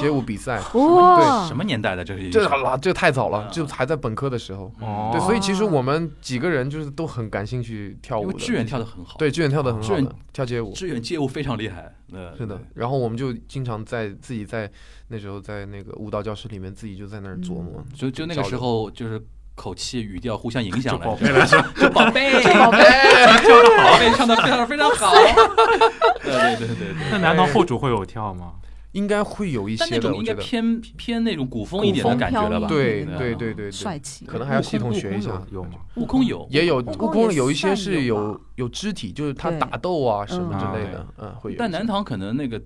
街舞比赛，哇，什么年代的这是一这首啦这太早了啊，就还在本科的时候。哦对，所以其实我们几个人就是都很感兴趣跳因舞为的。哦志远跳的很好，，对志远跳的很好志的远，跳街舞。志远街舞非常厉害，呃，是的，然后我们就经常在自己在那时候在那个舞蹈教室里面自己就在那儿琢磨，嗯就就那个时候就是口气语调互相影响就宝了，贝了，就宝贝，宝贝，宝贝唱的非常非常 好，对对对对对。那难道后主会有跳吗？应该会有一但些那的，种我应觉该得偏偏那种古风一点的风感觉了吧？飘逸对一点的对对对帅对，气，可能还要系统学一下有。有吗？悟空有，也有空悟空也有一些算是有有有肢体，就是他对打斗啊什么嗯之类的，嗯，会有一些。但南唐可能那个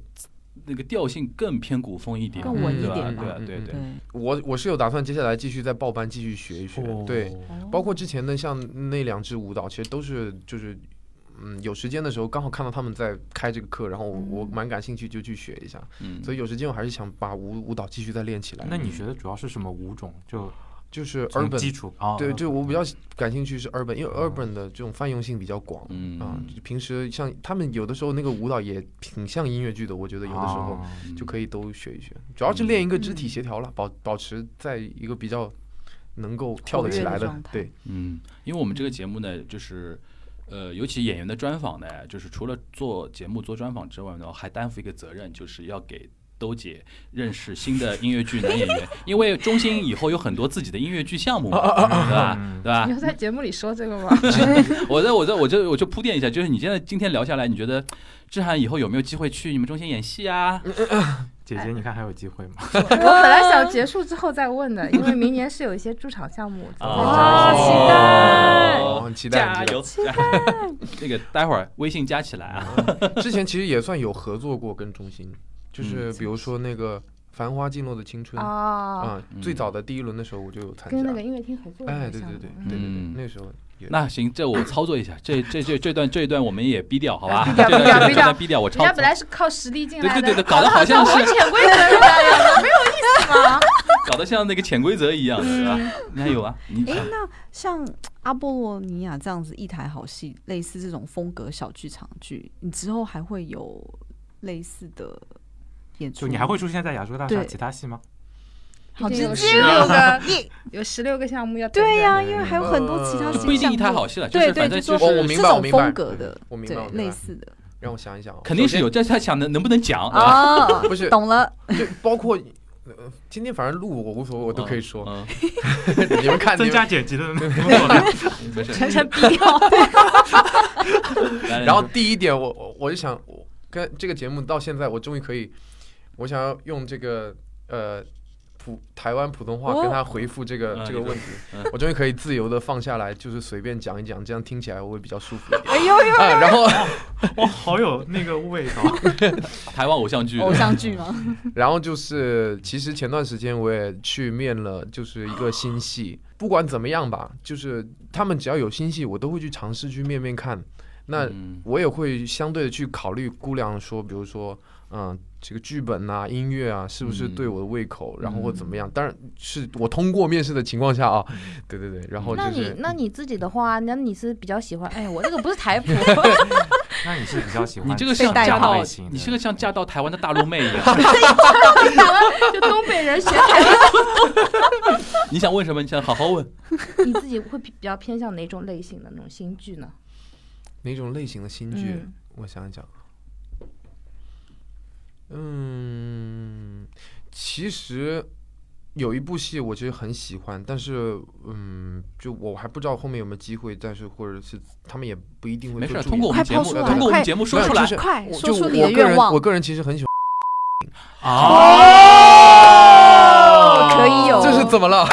那个调性更偏古风一点，更稳一对吧点吧嗯对啊对对对，哦我我是有打算接下来继续在报班继续学一学，哦对，包括之前的像那两支舞蹈，其实都是就是。嗯，有时间的时候刚好看到他们在开这个课，然后我我蛮感兴趣，就去学一下。嗯，所以有时间我还是想把舞舞蹈继续再练起来。那你学的主要是什么舞种？就就是从基 urban，础啊，对，就我比较感兴趣是 urban，因为 urban 的这种泛用性比较广。嗯啊，就平时像他们有的时候那个舞蹈也挺像音乐剧的，我觉得有的时候啊就可以都学一学，主要是练一个肢体协调了，保保持在一个比较能够跳得起来活跃的的状，态对，嗯，因为我们这个节目呢，就是呃，尤其演员的专访呢，就是除了做节目做专访之外呢，还担负一个责任，就是要给。兜姐认识新的音乐剧男演员，因为中心以后有很多自己的音乐剧项目嘛，啊对吧？对吧你？要在节目里说这个 吗？我在我在我这我就铺垫一下，就是你现在今天聊下来，你觉得志涵以后有没有机会去你们中心演戏啊？姐姐，你看还有机会吗？我本来想结束之后再问的，因为明年是有一些驻场 项目。啊期待哦，很期待。加油！ 那个待会儿微信加起来啊。 之前其实也算有合作过跟中心，就是比如说那个《繁花尽落的青春》嗯哦，啊，最早的第一轮的时候我就有参跟那个加。音乐厅合作的哎，那对个项对目。对嗯对对对嗯，那时候也那行，这我操作一下，这这这这段这一段我们也逼掉，好吧？逼掉这段逼这掉段逼这掉段逼掉，我人操家作本。来是靠实力进对来对的，对对，搞得好像是潜规则一样，搞得像那个潜规则一样， 是嗯吧？你还有啊？你 哎，那像阿波罗尼亚这样子一台好戏，类似这种风格小剧场剧，你之后还会有类似的演出就吗？你还会出现在亚洲大厦对其他戏吗？好毕直竟有接十哦。六 个，有十六个项目要等着对呀、因为还有很多其他呃就形不一定象一台目好戏了，就对是对，反就哦正说就是哦我明这白我种明白风格的，我明白对我明白类似 的让我想一想啊，肯定是首先有，但是他想能能不能讲，对吧 哦，啊不是 懂了，就包括呃今天反正录我无所谓，我都可以说。嗯， 你们看，你增们加剪辑的 工作量嗯没事。全程 逼掉。来来然后第一点，我我我就想，我跟这个节目到现在，我终于可以，我想要用这个呃普台湾普通话哦跟他回复这个、嗯这个你说问题，嗯我终于可以自由的放下来，就是随便讲一讲，这样听起来我会比较舒服一点。哎呦呦，啊，然后哇，哦好有那个味 道。台湾偶像剧，偶像剧吗？然后就是，其实前段时间我也去面了，就是一个新戏。不管怎么样吧，就是他们只要有新戏，我都会去尝试去面面看。那嗯我也会相对的去考虑估量说，比如说，嗯，这个剧本呐、音乐啊，是不是嗯对我的胃口，然后或怎么样？当然是我通过面试的情况下啊，嗯对对对，然后就那你是那你自己的话，那你是比较喜欢？哎呀，我这个不 是台普， 那你是比较喜欢你这个像嫁大到类型，的你这个像嫁到台湾的大陆妹一样。就东北人学台湾。你想问什么？你想好好问。你自己会比比较偏向哪种类型的那种新剧呢？哪种类型的新剧？嗯我想一啊想，嗯，其实有一部戏我其实很喜欢，但是嗯，就我还不知道后面有没有机会，但是或者是他们也不一定会没事做，注通过我意啊们节快目，抛出来通过我们节目说出来没有就是快我说就出你我的个人愿望我。个人其实很喜欢，啊哦可以有，这是怎么了？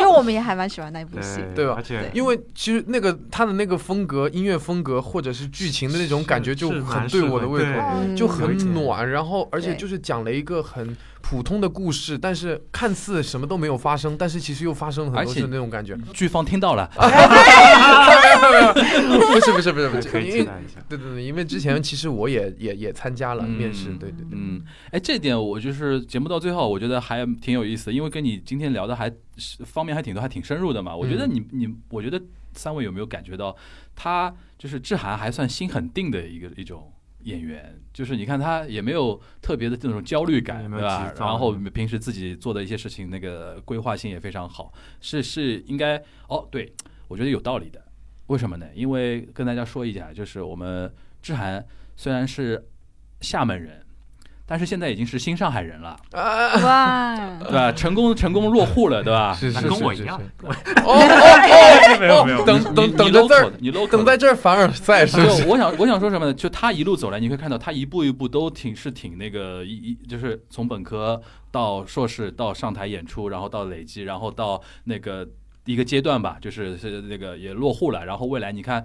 因为我们也还蛮喜欢那一部戏。对吧而且因为其实那个他的那个风格、音乐风格或者是剧情的那种感觉，是就是很蛮对适我合的胃口对。嗯就有很一点暖，然后而且对就是讲了一个很普通的故事，但是看似什么都没有发生，但是其实又发生了而很多且事那种感觉。剧方听到了， 不是不是不嗯是不可是，以因期为待一下。对对对，因为之前其实我也也也参加了面试，嗯对 对对，嗯，哎，这点我就是节目到最后，我觉得还挺有意思的，因为跟你今天聊的还是方面还挺多，还挺深入的嘛。我觉得你、你，我觉得三位有没有感觉到，他就是志涵还算心很定的一个一种演员，就是你看他也没有特别的这种焦虑感，也没对有吧？急躁然后平时自己做的一些事情，那个规划性也非常好，是是应该哦，对我觉得有道理的。为什么呢？因为跟大家说一下，就是我们志涵虽然是厦门人，但是现在已经是新上海人了，哦 嗯哇，对吧？成功成功落户了，对吧？是是那是跟我是一样哎是 哦哦没有没 有哦哦，等你等等在你这 local 儿的，你 local 等的在这儿凡尔赛是不是？啊就我想我想说什么呢？就他一路走来，你会看到他一步一步都挺是挺那个一一就是从本科到硕士到上台演出，然后到累积，然后到那个一个阶段吧，就是是那个也落户了，然后未来你看。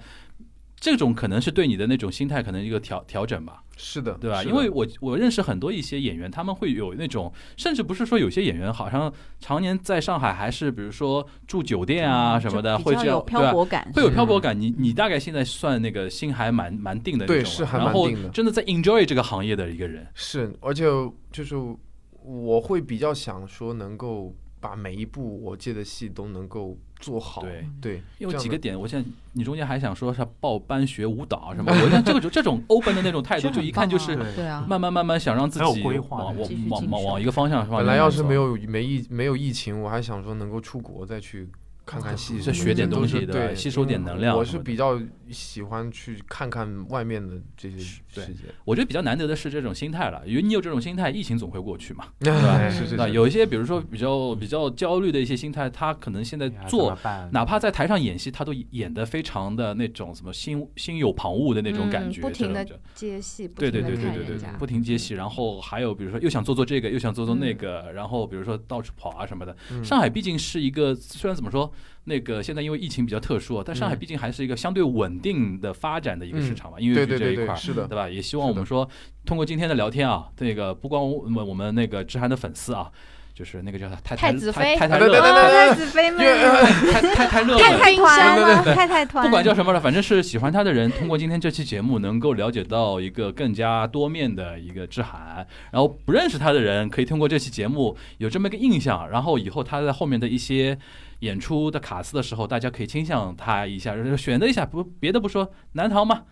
这种可能是对你的那种心态可能一个调调整吧，是的，对吧？是的因为我我认识很多一些演员，他们会有那种，甚至不是说有些演员好像常年在上海，还是比如说住酒店啊什么的，嗯就会比这样较有对吧漂？泊感，会有嗯漂泊感。你你大概现在算那个心还蛮蛮定的那种对了，是还蛮然后定的真的在 enjoy 这个行业的一个人，是，而且就是我会比较想说，能够把每一部我接的戏都能够做好。对对，有这样几个的点，我现在你中间还想说是报班学舞蹈什么，我觉得这个就这种 open 的那种态度，这就很一看棒就是啊对啊，慢慢慢慢想让自还有己规划往的继续往往进往修往一个方向方本来要是走没有没疫没有疫情，我还想说能够出国再去看看戏什哦再么的，学点这东都是西对吧对，吸收因为点能量我什是么比较喜欢去看看外面的这些对世界。 我觉得比较难得的是这种心态了，因为你有这种心态，疫情总会过去嘛。哎是是那是，有一些比如说比较比较焦虑的一些心态，他可能现在哎做，哪怕在台上演戏，他都演得非常的那种什么心心有旁骛的那种感嗯觉，不停的的接戏，不对对停地对对看对对人对家，嗯不停接戏，然后还有比如说又想做做这个，又想做做那个，然后比如说到处跑啊什么的。嗯上海毕竟是一个虽然怎么说，那个现在因为疫情比较特殊，啊但上海嗯毕竟还是一个相对稳定的发展的一个市嗯场嘛，音乐对剧对这对一块对，儿。是的， 对吧？也希望是我的们说，通过今天的聊天啊，那个不光我们我们那个知涵的粉丝啊，就是那个叫太太子子妃太太啊热对门，对子妃对，因为太太太 热太门，太团对对吗？太太团，不管叫什么了，反正是喜欢他的人，通过今天这期节目，能够了解到一个更加多面的一个知涵。然后不认识他的人，可以通过这期节目有这么一个印象，然后以后他在后面的一些演出的卡司的时候，大家可以倾向他一下，选择一下。不，别的不说，南 唐嘛，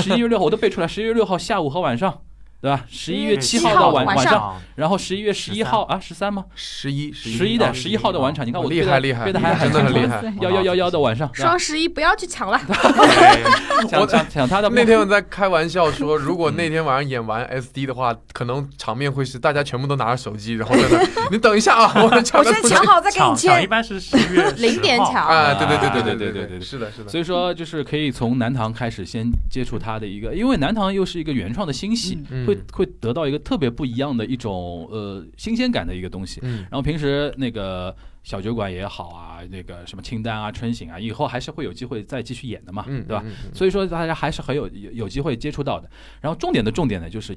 十一月六号我都背出来，十一月六号下午和晚上。对吧？十一月七哎号的晚晚晚上上，然后十一月十一号啊，十三吗？十一哦十一的十一号的晚场，你看我厉背得害厉害，背的还很真的很清厉楚害。幺幺幺幺的晚上，对吧双十一不要去抢了， 哎抢抢抢他的那天我在开玩笑说，如果那天晚上演完 SD 的话，可能场面会是大家全部都拿着手机，然后在那，你等一下啊，我抢我个先抢好再给抢你抢一签。般是十 一月零点10号抢。啊，对对对对对对对对对，是的，是的，所以说，就是可以从南唐开始先接触他的一个，因为南唐又是一个原创的新戏，嗯会会得到一个特别不一样的一种呃新鲜感的一个东西。嗯，然后平时那个小酒馆也好啊，那个什么清单啊、春醒啊，以后还是会有机会再继续演的嘛，嗯，对吧？嗯？所以说大家还是很有有有机会接触到的。然后重点的重点呢，就是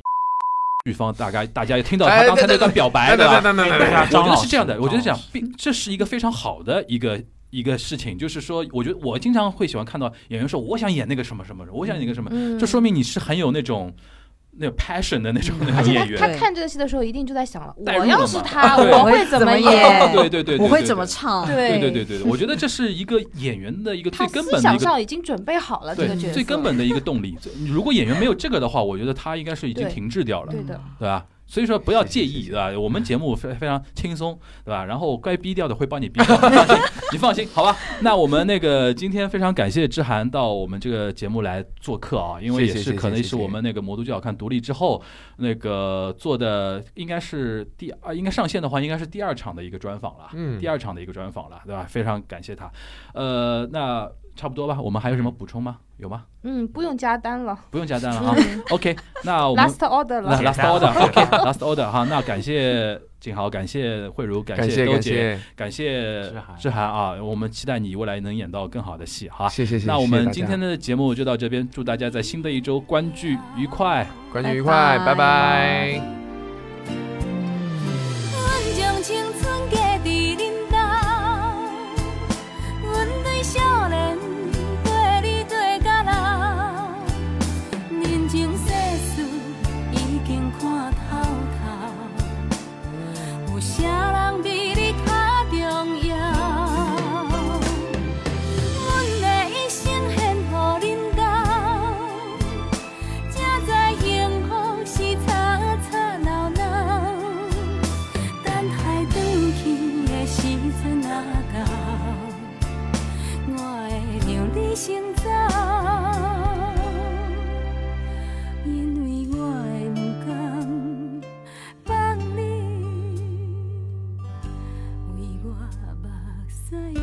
剧方大概大家也听到他哎刚才对那段表白哎，的等啊，等等等对啊等，我觉张得老是师这样的，我觉得张讲老师，并这是一个非常好的一个一个事情，就是说，我觉得我经常会喜欢看到演员说，我想演那个什么什么，我想演那个什么，嗯，这说明你是很有那种那种 passion 的那种那种而且演他员。他看这个戏的时候，一定就在想了，代入我了要嘛是他，对我会怎么演？ 对对对，对我会对怎么对唱？对对对对对，我觉得这是一个演员的一个最他根思本的一想个上已经准备好了这个角对色，最根本的一个动力。最如果演员没有这个的话，我觉得他应该是已经对停滞掉了。对的，对吧？所以说不要介意，对吧？我们节目非非常轻松，对吧？然后该逼掉的会帮你逼 掉，你放心，你放心，好吧？ 那我们那个今天非常感谢知涵到我们这个节目来做客啊，因为谢也谢是谢谢可能谢是谢我们那个魔都剧好看独立之后那个做的，应该是第二，应该上线的话应该是第二场的一个专访了，嗯第二场的一个专访了，对吧？非常感谢他，呃，那差不多吧，我们还有什么补充吗？有吗？嗯，不用加单了不用加单了 哈。OK，那嗯我们，last order 了那。last 简单 order，OK，last order 哈，那感谢景豪，感谢慧茹，感感谢周感姐，谢，感谢志涵志涵啊，我们期待你未来能演到更好的戏哈。谢谢谢谢。那我谢谢们大今家天的节目就到这边，祝大家在新的一周观剧愉快。关系愉快，拜拜拜拜。阮将青春嫁伫恁兜，阮对少年陪你做到老。人情世事已经看透透，有啥人比你较重要？阮的一生献乎恁兜。才知幸福是吵吵闹闹，等海转去的时阵啊到，我会让你先走，因为我会不甘放你为我目屎。